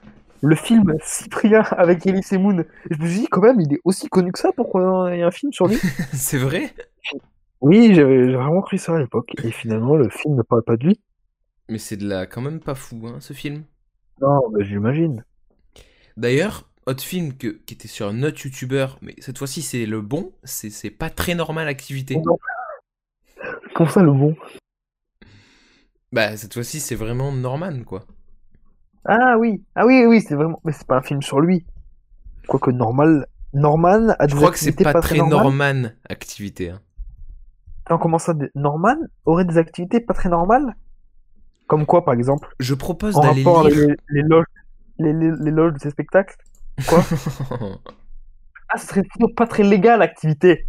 Speaker 1: Le film Cyprien avec Elise et Moon. Et je me suis dit, quand même, il est aussi connu que ça pour qu'on ait un film sur lui.
Speaker 2: c'est vrai
Speaker 1: oui, j'avais j'avais vraiment cru ça à l'époque. Et finalement, le film ne parle pas de lui.
Speaker 2: Mais c'est de la quand même pas fou, hein, ce film.
Speaker 1: Non, bah, j'imagine.
Speaker 2: D'ailleurs, autre film que- qui était sur un autre youtubeur, mais cette fois-ci c'est le bon, c'est c'est pas très normal activité.
Speaker 1: Non. Comment ça, le bon
Speaker 2: Bah cette fois-ci c'est vraiment Norman quoi.
Speaker 1: Ah oui, ah oui, oui, c'est vraiment. Mais c'est pas un film sur lui. Quoique normal. Norman a
Speaker 2: Je
Speaker 1: des
Speaker 2: crois que c'est
Speaker 1: activités
Speaker 2: pas, très
Speaker 1: normales.
Speaker 2: Norman activité. hein.
Speaker 1: Attends, comment ça, des- Norman aurait des activités pas très normales Comme quoi, par exemple
Speaker 2: Je propose
Speaker 1: en
Speaker 2: d'aller
Speaker 1: rapport avec
Speaker 2: lire.
Speaker 1: les, les loges, les, les- les loges de ces spectacles. Ah, ce serait plutôt pas très légal l'activité.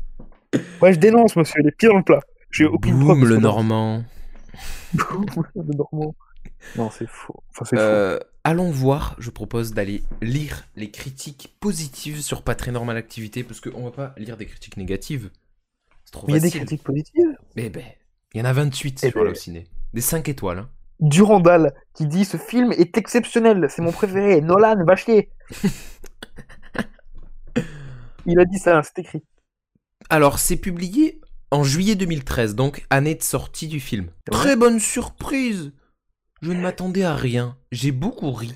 Speaker 1: Ouais, je dénonce, monsieur, les pieds dans le plat. J'ai aucune preuve.
Speaker 2: Boum
Speaker 1: parce
Speaker 2: le
Speaker 1: que-
Speaker 2: Normand.
Speaker 1: Boum, le normand. Non, c'est faux. Enfin, c'est faux.
Speaker 2: Euh, allons voir, je propose d'aller lire les critiques positives sur pas très normal activité parce qu'on va pas lire des critiques négatives. C'est trop
Speaker 1: Mais il y a des
Speaker 2: facile.
Speaker 1: critiques positives.
Speaker 2: Mais ben, il y en a 28
Speaker 1: Eh
Speaker 2: sur
Speaker 1: ben.
Speaker 2: le ciné. Des 5 étoiles. hein.
Speaker 1: Durandal qui dit ce film est exceptionnel, c'est mon préféré. Nolan, va chier. il a dit ça, hein, c'est écrit.
Speaker 2: Alors, c'est publié en juillet 2013, donc année de sortie du film.
Speaker 1: Ouais.
Speaker 2: Très bonne surprise Je ne m'attendais à rien. J'ai beaucoup ri.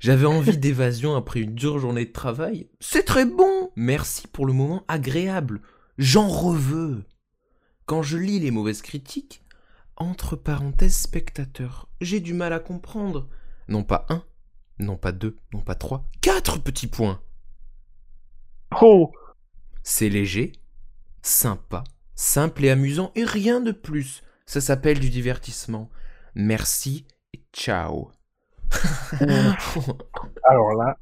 Speaker 2: J'avais envie d'évasion après une dure journée de travail. C'est très bon Merci pour le moment agréable. J'en reveux. Quand je lis les mauvaises critiques, entre parenthèses spectateurs, j'ai du mal à comprendre. Non pas un, non pas deux, non pas trois, quatre petits points.
Speaker 1: Oh,
Speaker 2: C'est léger, sympa, simple et amusant et rien de plus. Ça s'appelle du divertissement. Merci et ciao.
Speaker 1: alors là,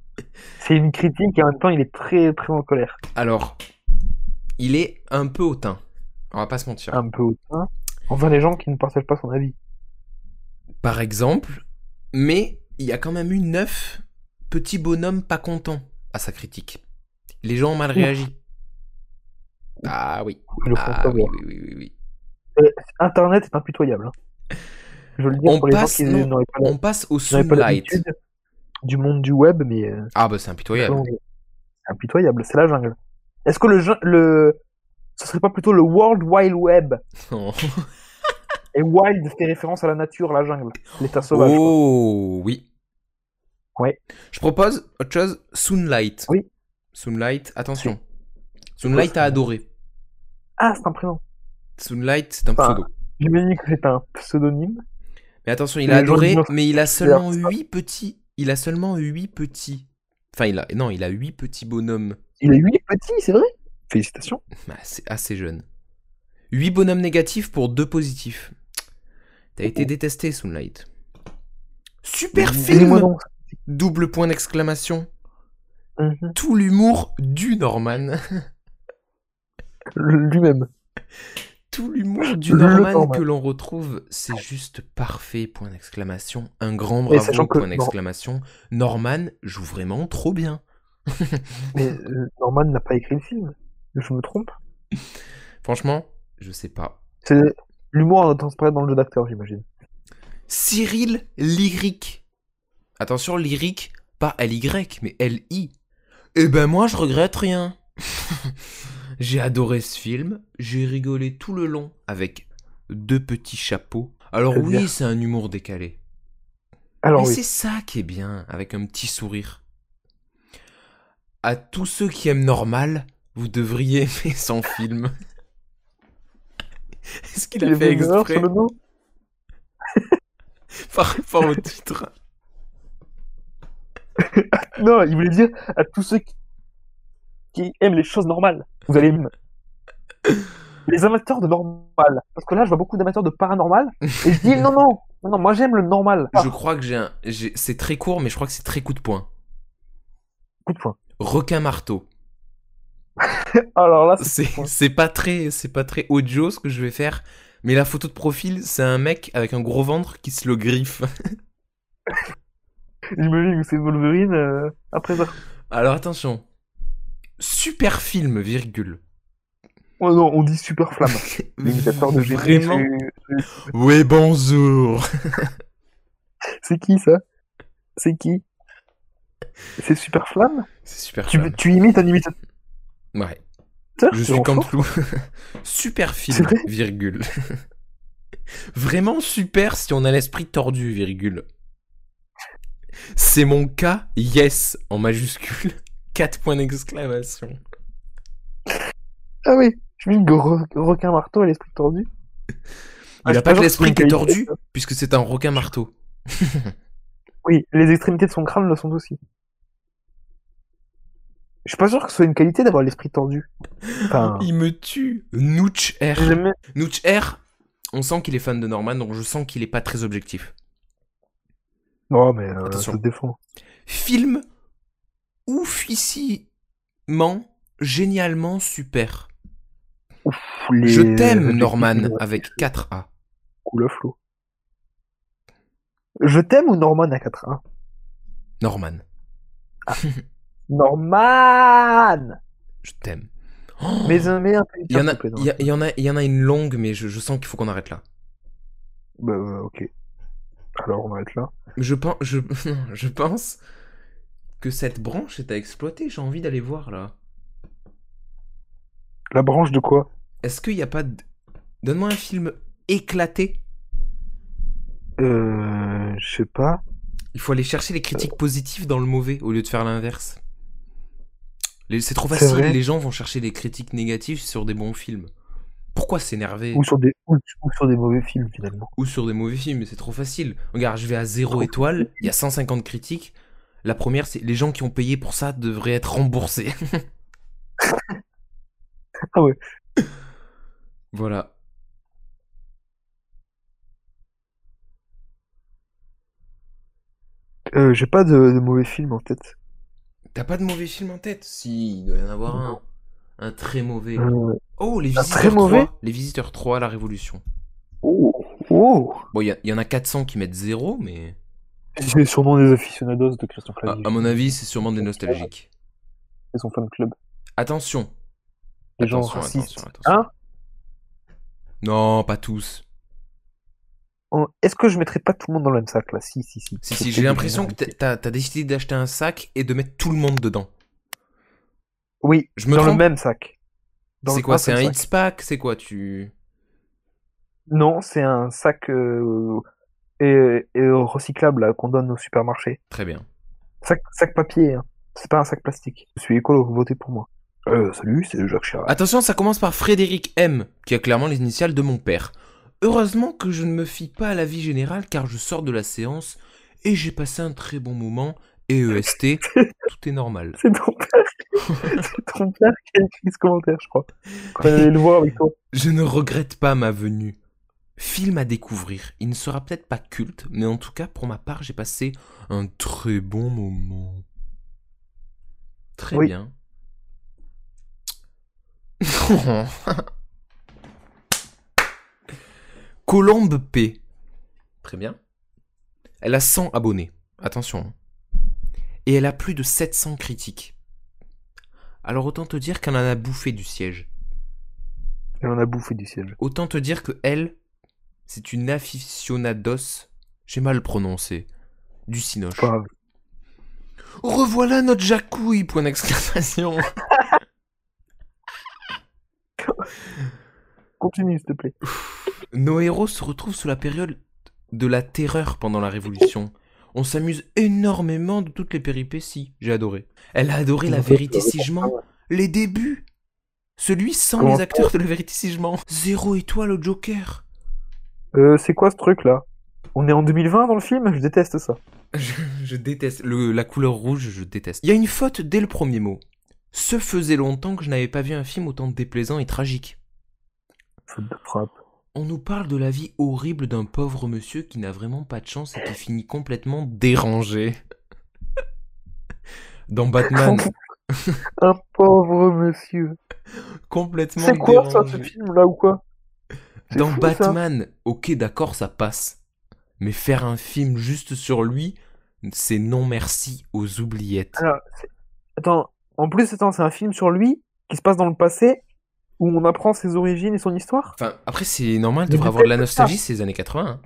Speaker 1: c'est une critique et en même temps, il est très, très en colère.
Speaker 2: Alors, il est un peu hautain. On va pas se mentir.
Speaker 1: un peu hautain. Enfin, les gens qui ne partagent pas son avis.
Speaker 2: Par exemple, mais il y a quand même eu neuf petits bonhommes pas contents à sa critique. Les gens ont mal réagi. Ah oui.
Speaker 1: Je le
Speaker 2: Ah
Speaker 1: conçois
Speaker 2: oui,
Speaker 1: bien.
Speaker 2: oui, oui, oui, oui.
Speaker 1: Internet est impitoyable. hein. Je veux le dis
Speaker 2: On
Speaker 1: pour les gens
Speaker 2: passe-
Speaker 1: qui
Speaker 2: non,
Speaker 1: n'auraient pas,
Speaker 2: On passe au
Speaker 1: n'auraient Ah pas
Speaker 2: Sunlight.
Speaker 1: l'habitude du monde du web, mais euh,
Speaker 2: Ah bah c'est impitoyable.
Speaker 1: vraiment, C'est impitoyable, c'est la jungle. Est-ce que le, jun- le. Ce serait pas plutôt le World Wide Web
Speaker 2: Oh,
Speaker 1: Et Wild fait référence à la nature, la jungle, l'état sauvage. quoi.
Speaker 2: Oh, oui.
Speaker 1: Ouais.
Speaker 2: Je propose autre chose, Sunlight.
Speaker 1: Oui.
Speaker 2: Sunlight, attention. Sunlight
Speaker 1: Quoi,
Speaker 2: a adoré.
Speaker 1: Ah, c'est un prénom.
Speaker 2: Sunlight, c'est un
Speaker 1: Enfin,
Speaker 2: pseudo.
Speaker 1: J'imagine que c'est un pseudonyme.
Speaker 2: Mais attention, il
Speaker 1: les
Speaker 2: a
Speaker 1: gens
Speaker 2: adoré,
Speaker 1: ignorent
Speaker 2: mais il a
Speaker 1: c'est leur
Speaker 2: seulement 8 petits. Il a seulement 8 petits. Enfin, il a. Non, il a 8 petits bonhommes.
Speaker 1: Il est lui petit, c'est vrai Félicitations.
Speaker 2: Bah, c'est assez jeune. 8 bonhommes négatifs pour 2 positifs. T'as
Speaker 1: Oh.
Speaker 2: été détesté, Sunlight. Super
Speaker 1: Dis-moi
Speaker 2: film
Speaker 1: donc.
Speaker 2: Double point d'exclamation.
Speaker 1: Mhm.
Speaker 2: Tout l'humour du Norman.
Speaker 1: Lui-même.
Speaker 2: Tout l'humour du
Speaker 1: Le
Speaker 2: Norman,
Speaker 1: Norman.
Speaker 2: que l'on retrouve, c'est juste parfait, point d'exclamation. Un grand
Speaker 1: Mais
Speaker 2: bravo,
Speaker 1: sachant que-
Speaker 2: point d'exclamation. Norman joue vraiment trop bien.
Speaker 1: Mais euh, Norman n'a pas écrit le film. Je me trompe.
Speaker 2: Franchement, je sais pas.
Speaker 1: C'est l'humour à transparaître dans le jeu d'acteur, j'imagine.
Speaker 2: Cyril Lyrique. Attention, Lyrique, pas L-Y, mais L-I. Eh ben moi, je regrette rien. j'ai adoré ce film, j'ai rigolé tout le long avec deux petits chapeaux. Alors
Speaker 1: C'est-à-dire
Speaker 2: oui, c'est un humour décalé.
Speaker 1: Alors
Speaker 2: Mais
Speaker 1: Ah oui.
Speaker 2: c'est ça qui est bien, avec un petit sourire. À tous ceux qui aiment normal, vous devriez aimer son film. Est-ce qu'il a
Speaker 1: avait
Speaker 2: fait
Speaker 1: une erreur
Speaker 2: exprès
Speaker 1: sur le nom.
Speaker 2: par rapport au titre
Speaker 1: Non, il voulait dire à tous ceux qui, qui aiment les choses normales. Vous allez aimer. Les amateurs de normal. Parce que là, je vois beaucoup d'amateurs de paranormal. Et je dis non, non, non, non, moi j'aime le normal. Ah,
Speaker 2: Je crois que j'ai un. j'ai- C'est très court, mais je crois que c'est très coup de poing.
Speaker 1: coup de poing.
Speaker 2: Requin marteau.
Speaker 1: Alors là, c'est
Speaker 2: C'est
Speaker 1: poing.
Speaker 2: c'est pas très, c'est pas très audio ce que je vais faire. Mais la photo de profil, c'est un mec avec un gros ventre qui se le griffe.
Speaker 1: j'imagine que c'est Wolverine euh, après ça.
Speaker 2: Alors attention. Super film, virgule.
Speaker 1: Oh non, on dit super flamme. L'imitateur de Jésus,
Speaker 2: Vraiment.
Speaker 1: c'est- c'est-
Speaker 2: Oui, bonjour.
Speaker 1: C'est qui ça C'est qui C'est super flamme
Speaker 2: C'est super
Speaker 1: tu,
Speaker 2: fun.
Speaker 1: tu imites un imitateur
Speaker 2: Ouais. Je
Speaker 1: c'est
Speaker 2: suis
Speaker 1: bon.
Speaker 2: comme flou. super
Speaker 1: C'est
Speaker 2: film,
Speaker 1: vrai
Speaker 2: virgule. Vraiment super si on a l'esprit tordu, virgule. C'est mon cas, yes, en majuscule. 4 points d'exclamation.
Speaker 1: Ah oui, je mets le re- requin marteau et l'esprit tordu. Ah,
Speaker 2: Il
Speaker 1: je
Speaker 2: n'a
Speaker 1: te
Speaker 2: pas que
Speaker 1: jure,
Speaker 2: l'esprit
Speaker 1: c'est
Speaker 2: qui est
Speaker 1: une
Speaker 2: tordu,
Speaker 1: qualité,
Speaker 2: puisque c'est un requin marteau.
Speaker 1: Oui, les extrémités de son crâne le sont aussi. Je suis pas sûr que ce soit une qualité d'avoir l'esprit tordu. Enfin,
Speaker 2: Il me tue. Nooch R.
Speaker 1: Ah. j'ai jamais-
Speaker 2: Nooch R, on sent qu'il est fan de Norman, donc je sens qu'il est pas très objectif.
Speaker 1: Non, mais euh,
Speaker 2: Attention.
Speaker 1: ça se défend.
Speaker 2: film oufissiment, génialement super.
Speaker 1: Pff, les-
Speaker 2: Je t'aime,
Speaker 1: les-
Speaker 2: Norman,
Speaker 1: les-
Speaker 2: avec 4A.
Speaker 1: Coup le flot. Je t'aime ou Norman à 4-1
Speaker 2: Norman,
Speaker 1: Norman
Speaker 2: je t'aime. Oh,
Speaker 1: Mais un mais un hein. peu
Speaker 2: il y en a,
Speaker 1: s'il te plaît, non.
Speaker 2: il y a- il y en a, il y en a une longue, mais je, je sens qu'il faut qu'on arrête là.
Speaker 1: Bah, euh, ok. Alors, on va être là.
Speaker 2: Je pense, je, je pense que cette branche est à exploiter. J'ai envie d'aller voir là.
Speaker 1: La branche de quoi
Speaker 2: Est-ce qu'il n'y a pas, d- donne-moi un film éclaté.
Speaker 1: Euh. Je sais pas.
Speaker 2: Il faut aller chercher les
Speaker 1: Euh.
Speaker 2: critiques positives dans le mauvais au lieu de faire l'inverse. Les- C'est trop
Speaker 1: C'est
Speaker 2: facile,
Speaker 1: vrai.
Speaker 2: les gens vont chercher des critiques négatives sur des bons films. Pourquoi s'énerver
Speaker 1: Ou sur des, ou, ou sur des mauvais films, finalement.
Speaker 2: Ou sur des mauvais films, c'est trop facile. Regarde, je vais à zéro étoile, il y a 150 critiques. La première, c'est les gens qui ont payé pour ça devraient être remboursés.
Speaker 1: Ah ouais.
Speaker 2: Voilà.
Speaker 1: Euh, j'ai pas de, de mauvais films en tête.
Speaker 2: T'as pas de mauvais film en tête Si, il doit y en avoir un. Un très mauvais.
Speaker 1: Euh,
Speaker 2: Oh, les
Speaker 1: Un
Speaker 2: visiteurs
Speaker 1: très mauvais
Speaker 2: 3. Les visiteurs 3 la révolution.
Speaker 1: Oh, oh.
Speaker 2: Bon, il y, a- il y en a 400 qui mettent zéro, mais.
Speaker 1: C'est sûrement des aficionados de Christian
Speaker 2: À,
Speaker 1: Clavier.
Speaker 2: à Ah, mon avis, c'est sûrement des nostalgiques.
Speaker 1: C'est son fan club.
Speaker 2: Attention.
Speaker 1: Des gens
Speaker 2: Attention,
Speaker 1: racistes.
Speaker 2: attention, attention.
Speaker 1: Hein
Speaker 2: Non, pas tous.
Speaker 1: Oh, Est-ce que je mettrais pas tout le monde dans le même sac là Si, si, si.
Speaker 2: Si,
Speaker 1: C'est
Speaker 2: si,
Speaker 1: peut-être
Speaker 2: j'ai l'impression que
Speaker 1: une
Speaker 2: t'as- t'as t'as décidé d'acheter un sac et de mettre tout le monde dedans.
Speaker 1: Oui,
Speaker 2: Je me
Speaker 1: dans le
Speaker 2: trompe
Speaker 1: même sac. Dans
Speaker 2: C'est
Speaker 1: le-
Speaker 2: quoi
Speaker 1: un
Speaker 2: C'est
Speaker 1: seul
Speaker 2: un
Speaker 1: sac.
Speaker 2: hits pack C'est quoi tu
Speaker 1: Non, c'est un sac euh, et- et recyclable là, qu'on donne au supermarché.
Speaker 2: Très bien.
Speaker 1: Sac, sac papier, hein. c'est pas un sac plastique. Je suis écolo, votez pour moi. Euh, salut, c'est Jacques Chirac.
Speaker 2: Attention, ça commence par Frédéric M, qui a clairement les initiales de mon père. Heureusement que je ne me fie pas à la vie générale car je sors de la séance et j'ai passé un très bon moment. E EEST, tout est normal.
Speaker 1: C'est ton père. c'est ton père qui a écrit ce commentaire, je crois. Quand il allait le voir avec toi.
Speaker 2: Je ne regrette pas ma venue. Film à découvrir. Il ne sera peut-être pas culte, mais en tout cas, pour ma part, j'ai passé un très bon moment. Très
Speaker 1: Oui.
Speaker 2: bien. Colombe P. Très bien. Elle a 100 abonnés. Attention. hein. Et elle a plus de 700 critiques. Alors autant te dire qu'elle en a bouffé du siège.
Speaker 1: Elle en a bouffé du siège.
Speaker 2: Autant te dire que elle, c'est une aficionados, j'ai mal prononcé, du cinoche.
Speaker 1: Pas grave.
Speaker 2: Revoilà notre jacouille, point d'exclamation.
Speaker 1: Continue, s'il te plaît.
Speaker 2: Nos héros se retrouvent sous la période de la terreur pendant la Révolution. On s'amuse énormément de toutes les péripéties. J'ai adoré. Elle a adoré la vérité sigement, les débuts. Celui sans
Speaker 1: Comment
Speaker 2: les acteurs de la vérité sigement. Zéro étoile au Joker.
Speaker 1: Euh, c'est quoi ce truc là On est en 2020 dans le film Je déteste ça.
Speaker 2: Je, je déteste. Le- la couleur rouge, je déteste. Il y a une faute dès le premier mot. Ce faisait longtemps que je n'avais pas vu un film autant déplaisant et tragique.
Speaker 1: Faute de frappe.
Speaker 2: On nous parle de la vie horrible d'un pauvre monsieur qui n'a vraiment pas de chance et qui finit complètement dérangé. Dans Batman,
Speaker 1: Un pauvre monsieur.
Speaker 2: complètement
Speaker 1: C'est quoi ça, ce
Speaker 2: dérangé.
Speaker 1: film là ou quoi C'est
Speaker 2: Dans
Speaker 1: fou, ça.
Speaker 2: Batman, ok, d'accord, ça passe. Mais faire un film juste sur lui, c'est non merci aux oubliettes.
Speaker 1: Alors, c'est- attends, en plus, attends, c'est un film sur lui qui se passe dans le passé où on apprend ses origines et son histoire
Speaker 2: Enfin, après, c'est normal, il
Speaker 1: Mais
Speaker 2: devrait avoir de la
Speaker 1: déteste ça.
Speaker 2: nostalgie, c'est les années 80. hein.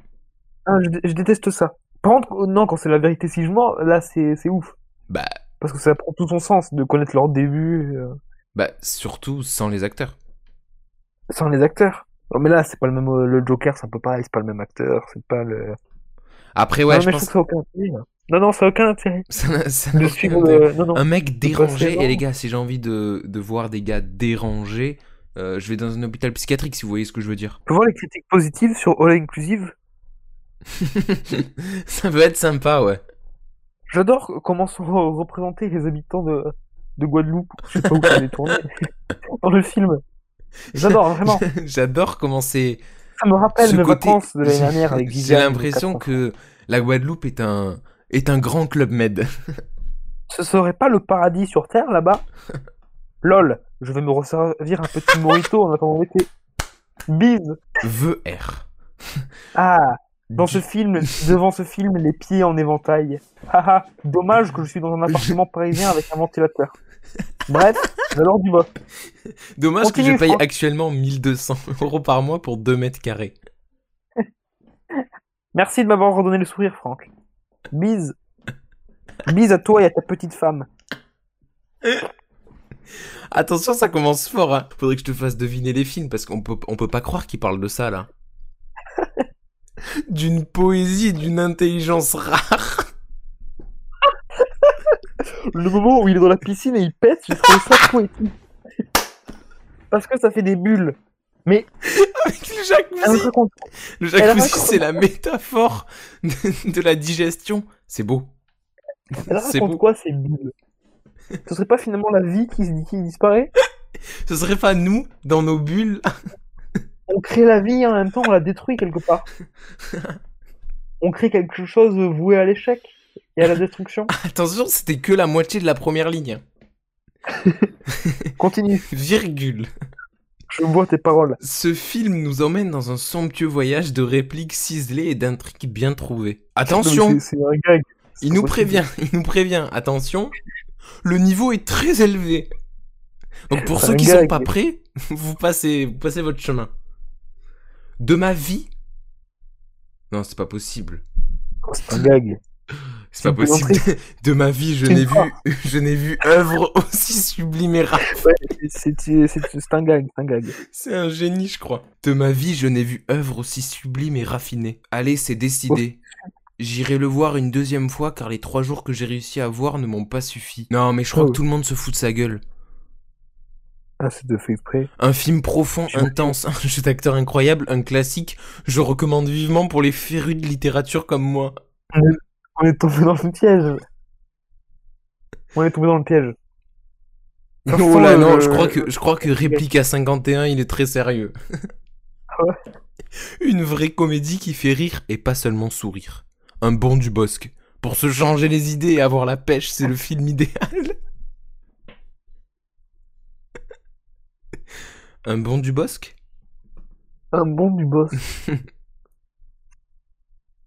Speaker 1: Ah, je, dé- je déteste ça. Par contre, euh, non, quand c'est la vérité si je mens, là, c'est c'est ouf.
Speaker 2: Bah,
Speaker 1: Parce que ça prend tout son sens de connaître leur début euh,
Speaker 2: bah, surtout sans les acteurs.
Speaker 1: sans les acteurs. Non, mais là, c'est pas le même. euh, Le Joker, c'est un peu pareil, c'est pas le même acteur, c'est pas le.
Speaker 2: Après, ouais,
Speaker 1: non,
Speaker 2: je
Speaker 1: mais
Speaker 2: pense
Speaker 1: je trouve que ça a aucun intérêt. là. Non, non, ça a aucun intérêt.
Speaker 2: ça n'a- ça n'a
Speaker 1: De
Speaker 2: aucun
Speaker 1: suivre
Speaker 2: intérêt.
Speaker 1: le. euh, Non, non.
Speaker 2: Un mec dérangé,
Speaker 1: préférant.
Speaker 2: et les gars, si j'ai envie de, de voir des gars dérangés, euh, je vais dans un hôpital psychiatrique, si vous voyez ce que je veux dire.
Speaker 1: On peut voir les critiques positives sur All Inclusive.
Speaker 2: ça peut être sympa, ouais.
Speaker 1: J'adore comment sont re- représentés les habitants de, de Guadeloupe. Je sais pas où ça est tourné. Dans le film. J'adore, vraiment.
Speaker 2: J'adore comment c'est.
Speaker 1: Ça me rappelle
Speaker 2: ce
Speaker 1: mes
Speaker 2: côté-
Speaker 1: vacances de l'année dernière avec
Speaker 2: J'ai
Speaker 1: Viviane,
Speaker 2: l'impression
Speaker 1: quatre ans.
Speaker 2: que la Guadeloupe est un, est un grand club med.
Speaker 1: Ce serait pas le paradis sur Terre là-bas Lol, je vais me resservir un petit mojito en attendant l'été. Bise
Speaker 2: VR.
Speaker 1: Ah Dans ce film, devant ce film, les pieds en éventail. Haha, dommage que je suis dans un appartement parisien avec un ventilateur. Bref, alors du bas.
Speaker 2: Dommage que je
Speaker 1: Continue,
Speaker 2: paye
Speaker 1: Franck.
Speaker 2: actuellement 1200 euros par mois pour 2 mètres carrés.
Speaker 1: Merci de m'avoir redonné le sourire, Franck. Bise. Bise à toi et à ta petite femme.
Speaker 2: Attention, ça commence fort. Hein. Faudrait que je te fasse deviner les films parce qu'on peut, on peut pas croire qu'ils parlent de ça là. d'une poésie, d'une intelligence rare.
Speaker 1: Le moment où il est dans la piscine et il pète, j'ai trouvé ça poétique. Parce que ça fait des bulles.
Speaker 2: Avec le
Speaker 1: Elle me
Speaker 2: jacuzzi.
Speaker 1: raconte.
Speaker 2: Le
Speaker 1: Ah elle
Speaker 2: jacuzzi,
Speaker 1: raconte-
Speaker 2: c'est la métaphore de, de la digestion. C'est beau.
Speaker 1: Elle
Speaker 2: C'est
Speaker 1: raconte
Speaker 2: beau.
Speaker 1: quoi ces bulles Ce serait pas finalement la vie qui, se- qui disparaît
Speaker 2: Ce serait pas nous dans nos bulles.
Speaker 1: On crée la vie et en même temps on la détruit quelque part. On crée quelque chose voué à l'échec et à la destruction.
Speaker 2: Attention, c'était que la moitié de la première ligne.
Speaker 1: Continue,
Speaker 2: Virgule.
Speaker 1: je bois tes paroles.
Speaker 2: Ce film nous emmène dans un somptueux voyage de répliques ciselées et d'intrigues bien trouvées. Attention.
Speaker 1: Non, mais C'est c'est un gag. C'est
Speaker 2: Il nous
Speaker 1: pas
Speaker 2: prévient, il nous prévient, attention, le niveau est très élevé. Donc pour
Speaker 1: C'est
Speaker 2: ceux
Speaker 1: un
Speaker 2: qui
Speaker 1: gars
Speaker 2: sont pas
Speaker 1: qui-
Speaker 2: prêts, vous passez, vous passez votre chemin. De ma vie Non, c'est pas possible.
Speaker 1: possible. C'est un gag.
Speaker 2: C'est pas
Speaker 1: une
Speaker 2: possible. De ma vie, je
Speaker 1: C'est
Speaker 2: n'ai
Speaker 1: une
Speaker 2: vu, je n'ai vu œuvre aussi sublime et rare.
Speaker 1: Ouais, c'est c'est- c'est- c'est un gag, c'est un gag.
Speaker 2: C'est un génie, je crois. De ma vie, je n'ai vu œuvre aussi sublime et raffinée. Allez, c'est décidé. J'irai le voir une deuxième fois car les trois jours que j'ai réussi à voir ne m'ont pas suffi. Non, mais je crois
Speaker 1: Oh.
Speaker 2: que tout le monde se fout de sa gueule.
Speaker 1: Ah, c'est de fait exprès.
Speaker 2: Un film profond,
Speaker 1: Je-
Speaker 2: intense, un jeu d'acteur incroyable, un classique. Je recommande vivement pour les férus de littérature comme moi.
Speaker 1: On est tombé dans le piège. On est tombé dans le piège. Enfin,
Speaker 2: Oh là non,
Speaker 1: euh,
Speaker 2: je crois que je crois que réplique à 51, il est très sérieux.
Speaker 1: Ah ouais
Speaker 2: Une vraie comédie qui fait rire et pas seulement sourire. Un bon du bosque. Pour se changer les idées et avoir la pêche, c'est le film idéal. Un bon du bosque
Speaker 1: Un bon du boss.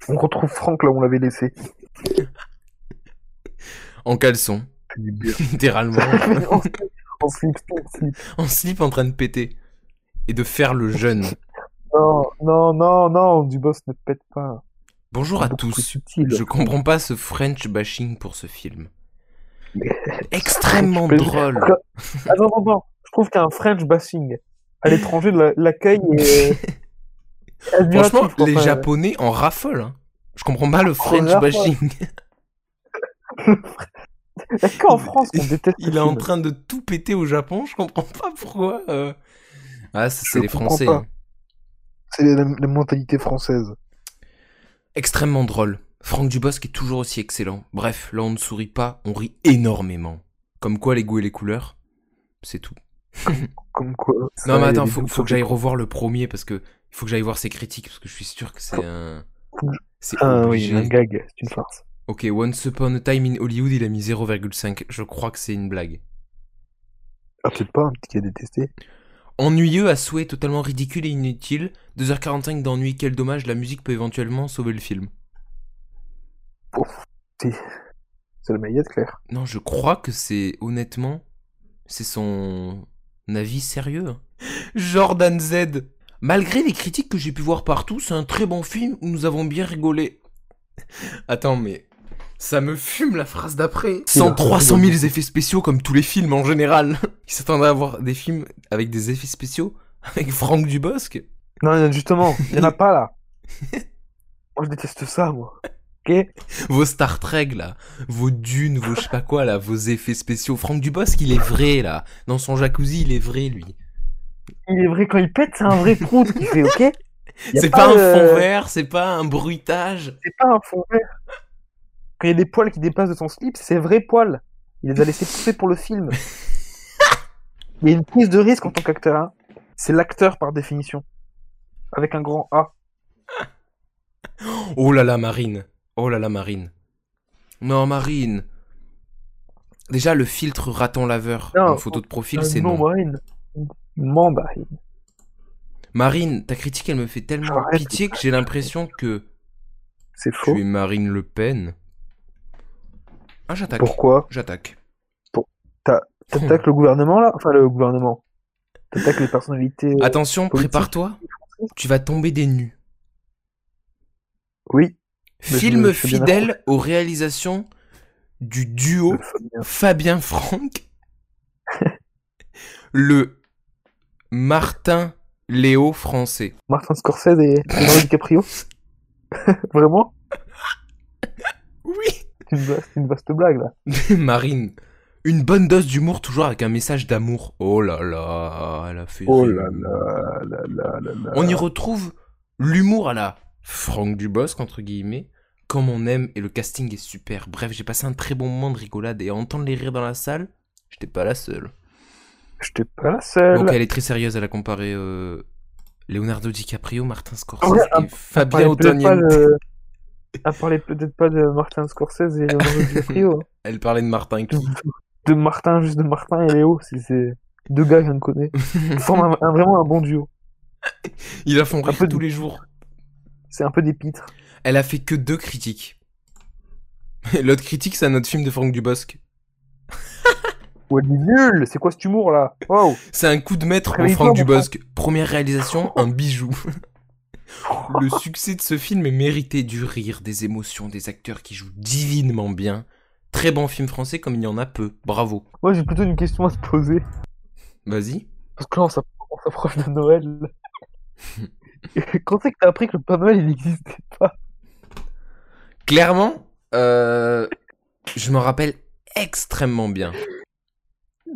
Speaker 1: on retrouve Franck là où on l'avait laissé.
Speaker 2: En caleçon,
Speaker 1: C'est du bien.
Speaker 2: littéralement.
Speaker 1: on slip, on slip, on slip.
Speaker 2: en slip en train de péter. Et de faire le jeune.
Speaker 1: Non, non, non, non, du boss ne pète pas.
Speaker 2: Bonjour à
Speaker 1: Beaucoup plus
Speaker 2: tous.
Speaker 1: subtil.
Speaker 2: Je comprends pas ce French bashing pour ce film. Extrêmement
Speaker 1: Je-
Speaker 2: drôle.
Speaker 1: Attends, attends, attends. Je trouve qu'il y a un French bashing. À l'étranger, la- l'accueil est. admiratif,
Speaker 2: Franchement,
Speaker 1: quoi.
Speaker 2: les
Speaker 1: Enfin,
Speaker 2: Japonais en raffolent. hein. Je comprends pas le French
Speaker 1: raffolent.
Speaker 2: bashing.
Speaker 1: y a qu'en France qu'on déteste.
Speaker 2: Il est en train de tout péter au Japon. Je comprends pas pourquoi. euh. Ah, ça,
Speaker 1: Je
Speaker 2: c'est les
Speaker 1: comprends
Speaker 2: Français.
Speaker 1: pas.
Speaker 2: hein.
Speaker 1: C'est la, la mentalité française.
Speaker 2: Extrêmement drôle. Franck Dubosc est toujours aussi excellent. Bref, là, on ne sourit pas, on rit énormément. Comme quoi, les goûts et les couleurs, c'est tout.
Speaker 1: Comme quoi. ça,
Speaker 2: Non, mais
Speaker 1: il y a
Speaker 2: attends,
Speaker 1: des
Speaker 2: faut,
Speaker 1: doutes
Speaker 2: faut
Speaker 1: sur
Speaker 2: que j'aille
Speaker 1: les-
Speaker 2: revoir le premier parce que il faut que j'aille voir ses critiques parce que je suis sûr que c'est un.
Speaker 1: Faut que
Speaker 2: C'est
Speaker 1: Ah oui,
Speaker 2: obligé.
Speaker 1: un gag, c'est une farce.
Speaker 2: Ok, Once Upon a Time in Hollywood, il a mis 0,5. Je crois que c'est une blague.
Speaker 1: Ah, peut-être pas, un petit qui a détesté.
Speaker 2: Ennuyeux à souhait, totalement ridicule et inutile. 2h45 d'ennui, quel dommage, la musique peut éventuellement sauver le film.
Speaker 1: C'est la maillette, Claire.
Speaker 2: Non, je crois que c'est, honnêtement, c'est son avis sérieux. Jordan Z. Malgré les critiques que j'ai pu voir partout, c'est un très bon film où nous avons bien rigolé. Attends, mais ça me fume la phrase d'après. Sans 300 000 effets spéciaux comme tous les films en général. Ils s'attendaient à voir des films avec des effets spéciaux avec Franck Dubosc.
Speaker 1: Non, justement, il y en a pas là. moi, Oh, je déteste ça, moi. Ok
Speaker 2: vos Star Trek là, vos dunes, vos je sais pas quoi là, vos effets spéciaux. Franck Dubosc, il est vrai là. Dans son jacuzzi, il est vrai lui.
Speaker 1: Il est vrai, quand il pète, c'est un vrai trou qui fait, ok Il y a
Speaker 2: C'est pas, un
Speaker 1: euh,
Speaker 2: fond vert, c'est pas un bruitage.
Speaker 1: C'est pas un fond vert. Quand il y a des poils qui dépassent de son slip, c'est vrai poils. Il les a laissés pousser pour le film. Il y a une prise de risque en tant qu'acteur. hein. C'est l'acteur par définition. Avec un grand A.
Speaker 2: Oh là là, Marine. Oh là là, Marine. Non, Marine. Déjà, le filtre raton laveur
Speaker 1: Non,
Speaker 2: en photo de profil,
Speaker 1: Un
Speaker 2: c'est
Speaker 1: nom,
Speaker 2: non.
Speaker 1: Marine. Mandarine.
Speaker 2: Marine, ta critique, elle me fait tellement
Speaker 1: Arrête.
Speaker 2: pitié que j'ai l'impression que
Speaker 1: C'est faux.
Speaker 2: tu es Marine Le Pen. Ah, j'attaque.
Speaker 1: Pourquoi
Speaker 2: J'attaque.
Speaker 1: T'attaques le gouvernement là Enfin, le gouvernement. T'attaques les personnalités. euh,
Speaker 2: Attention,
Speaker 1: politique.
Speaker 2: prépare-toi. Tu vas tomber des nues.
Speaker 1: Oui. Mais je
Speaker 2: Film
Speaker 1: me- je fais bien
Speaker 2: fidèle aux réalisations du duo
Speaker 1: le Fabien.
Speaker 2: Fabien Franck, le Martin Léo français.
Speaker 1: Martin Scorsese et Leonardo DiCaprio. Vraiment
Speaker 2: Oui.
Speaker 1: C'est une, va- c'est une vaste blague là.
Speaker 2: Marine, une bonne dose d'humour toujours avec un message d'amour. Oh là Oh là, elle a fait. rire.
Speaker 1: là Ah là là là là.
Speaker 2: On y retrouve l'humour à la Franck Dubosc entre guillemets. Comme on aime et le casting est super. Bref, j'ai passé un très bon moment de rigolade et à entendre les rires dans la salle, j'étais pas la seule.
Speaker 1: Je t'ai pas Euh, la seule.
Speaker 2: Donc elle est très sérieuse, elle a comparé euh, Leonardo DiCaprio, Martin Scorsese
Speaker 1: Ouais,
Speaker 2: et Fabien
Speaker 1: parlait peut-être
Speaker 2: Antoniente.
Speaker 1: pas de- À parler peut-être pas de Martin Scorsese et Leonardo DiCaprio. hein.
Speaker 2: Elle parlait de Martin qui...
Speaker 1: De Martin, juste de Martin et Léo, si c'est deux gars que je ne connais. Ils forment un- un- vraiment un bon duo.
Speaker 2: Il a font
Speaker 1: Un
Speaker 2: rire
Speaker 1: peu de-
Speaker 2: tous les jours.
Speaker 1: C'est un peu des pitres.
Speaker 2: Elle a fait que deux critiques. Et L'autre critique, c'est un autre film de Franck Dubosc.
Speaker 1: Ouais, il est nul C'est quoi cet humour là Wow
Speaker 2: C'est un coup de maître pour
Speaker 1: Réveille-toi,
Speaker 2: Franck
Speaker 1: mon
Speaker 2: Dubosc. Première réalisation, un bijou. Le succès de ce film est mérité du rire, des émotions, des acteurs qui jouent divinement bien. Très bon film français comme il y en a peu. Bravo.
Speaker 1: Moi, j'ai plutôt une question à se poser.
Speaker 2: Vas-y.
Speaker 1: Parce que là, on s'appro- on s'approche de Noël. Quand c'est que t'as appris que le Père Noël, il n'existait pas
Speaker 2: Clairement, euh, je m'en rappelle extrêmement bien.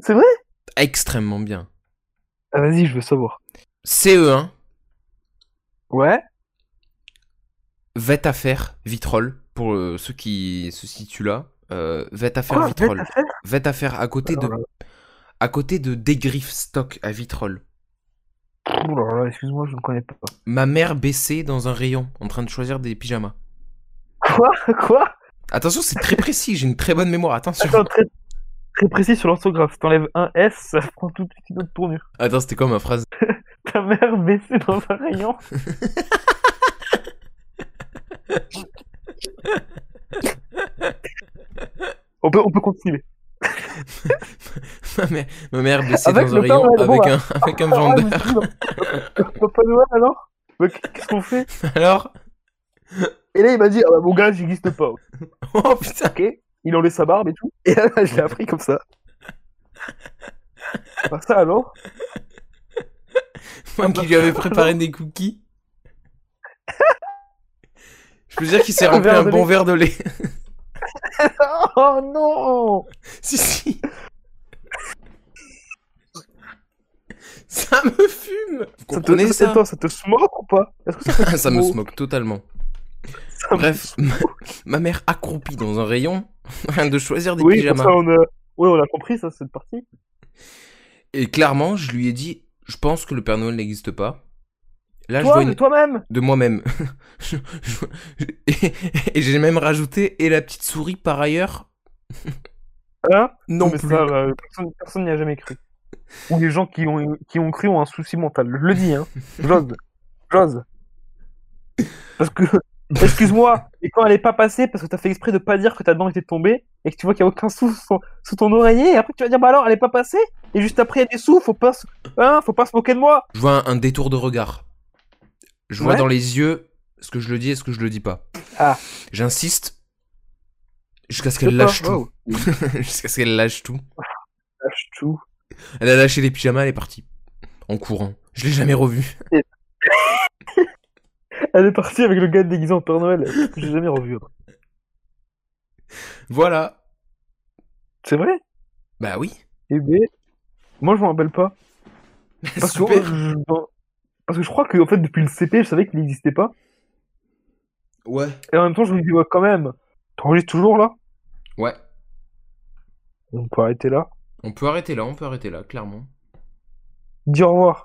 Speaker 1: C'est vrai
Speaker 2: Extrêmement bien. E
Speaker 1: ah, Vas-y, je veux savoir.
Speaker 2: CE1,
Speaker 1: Ouais
Speaker 2: Vête à faire, Vitrolles, pour euh, ceux qui se situent là. Euh, Vête à faire,
Speaker 1: Quoi
Speaker 2: Vitrolles.
Speaker 1: Vête à faire
Speaker 2: Vête à faire à côté de,
Speaker 1: Oh là
Speaker 2: à côté de Dégriff Stock à Vitrolles.
Speaker 1: Ouh là là, excuse-moi, je ne connais pas.
Speaker 2: Ma mère baissée dans un rayon, en train de choisir des pyjamas.
Speaker 1: Quoi
Speaker 2: Attention, c'est très précis, j'ai une très bonne mémoire, attention.
Speaker 1: Attends, très, très précis sur l'orthographe. T'enlèves un S, ça prend tout de suite une autre tournure.
Speaker 2: Attends, c'était quoi ma phrase
Speaker 1: Ta mère baissée dans un rayon. on, peut, on peut continuer.
Speaker 2: ma, mère, ma mère baissée
Speaker 1: Avec
Speaker 2: dans un
Speaker 1: le Père
Speaker 2: rayon
Speaker 1: Noël, bon,
Speaker 2: avec un, avec un
Speaker 1: Ah,
Speaker 2: vendeur.
Speaker 1: mais c'est bon. Papa Noël alors Bah, Qu'est-ce qu'on fait
Speaker 2: Alors
Speaker 1: Et là il m'a dit ah bah, mon gars j'existe pas.
Speaker 2: Oh putain
Speaker 1: Ok Il enlève sa barbe et tout. Et là j'ai appris comme ça. Bah ça alors
Speaker 2: Moi qui lui avais préparé des cookies. Je peux dire qu'il s'est rempli
Speaker 1: verre
Speaker 2: un
Speaker 1: de
Speaker 2: bon
Speaker 1: lait.
Speaker 2: verre de lait.
Speaker 1: Oh non
Speaker 2: si, si. Ça me fume Vous
Speaker 1: Ça te-
Speaker 2: comprenez
Speaker 1: ça-
Speaker 2: ça
Speaker 1: attends, ça te smoke ou pas Est-ce que ça
Speaker 2: Ah, Ça me
Speaker 1: Oh.
Speaker 2: smoke totalement.
Speaker 1: ça me-
Speaker 2: Bref, ma, ma mère accroupie dans un rayon, en train de choisir des
Speaker 1: Oui, comme
Speaker 2: pyjamas.
Speaker 1: ça on a... ouais, on a compris ça cette partie.
Speaker 2: Et clairement, je lui ai dit, je pense que le Père Noël n'existe pas. Là, je
Speaker 1: toi,
Speaker 2: vois
Speaker 1: de
Speaker 2: une...
Speaker 1: toi-même
Speaker 2: de moi-même. Je- je- je- et j'ai même rajouté, et la petite souris par ailleurs
Speaker 1: Hein
Speaker 2: Non
Speaker 1: mais
Speaker 2: plus.
Speaker 1: ça, euh, personne, personne n'y a jamais cru. Ou les gens qui ont, qui ont cru ont un souci mental. Je le dis, hein. J'ose. J'ose. Parce que, excuse-moi, et quand elle est pas passée, parce que t'as fait exprès de pas dire que ta dent était tombée, et que tu vois qu'il y a aucun sou sous, son- sous ton oreiller, et après tu vas dire, bah alors, elle est pas passée, et juste après, il y a des sous, faut pas se, hein, faut pas se moquer de moi.
Speaker 2: Je vois un, un détour de regard. Je vois
Speaker 1: Ouais.
Speaker 2: dans les yeux ce que je le dis et ce que je le dis pas.
Speaker 1: Ah.
Speaker 2: J'insiste jusqu'à ce
Speaker 1: Je
Speaker 2: qu'elle
Speaker 1: sais
Speaker 2: lâche
Speaker 1: pas,
Speaker 2: tout.
Speaker 1: wow.
Speaker 2: jusqu'à ce qu'elle lâche tout.
Speaker 1: Lâche tout.
Speaker 2: Elle a lâché les pyjamas, elle est partie. En courant. Je l'ai jamais revue.
Speaker 1: Elle est partie avec le gars déguisé en Père Noël, que j'ai jamais revu. hein. après.
Speaker 2: Voilà.
Speaker 1: C'est vrai?
Speaker 2: Bah oui.
Speaker 1: Eh ben, moi je m'en rappelle pas. Parce que,
Speaker 2: Super.
Speaker 1: je, dans- parce que je crois que en fait, depuis le CP, je savais qu'il n'existait pas.
Speaker 2: Ouais.
Speaker 1: Et en même temps, je me dis, ouais, quand même, t'enregistres toujours là
Speaker 2: Ouais.
Speaker 1: On peut arrêter là.
Speaker 2: On peut arrêter là, on peut arrêter là, clairement.
Speaker 1: Dis au revoir.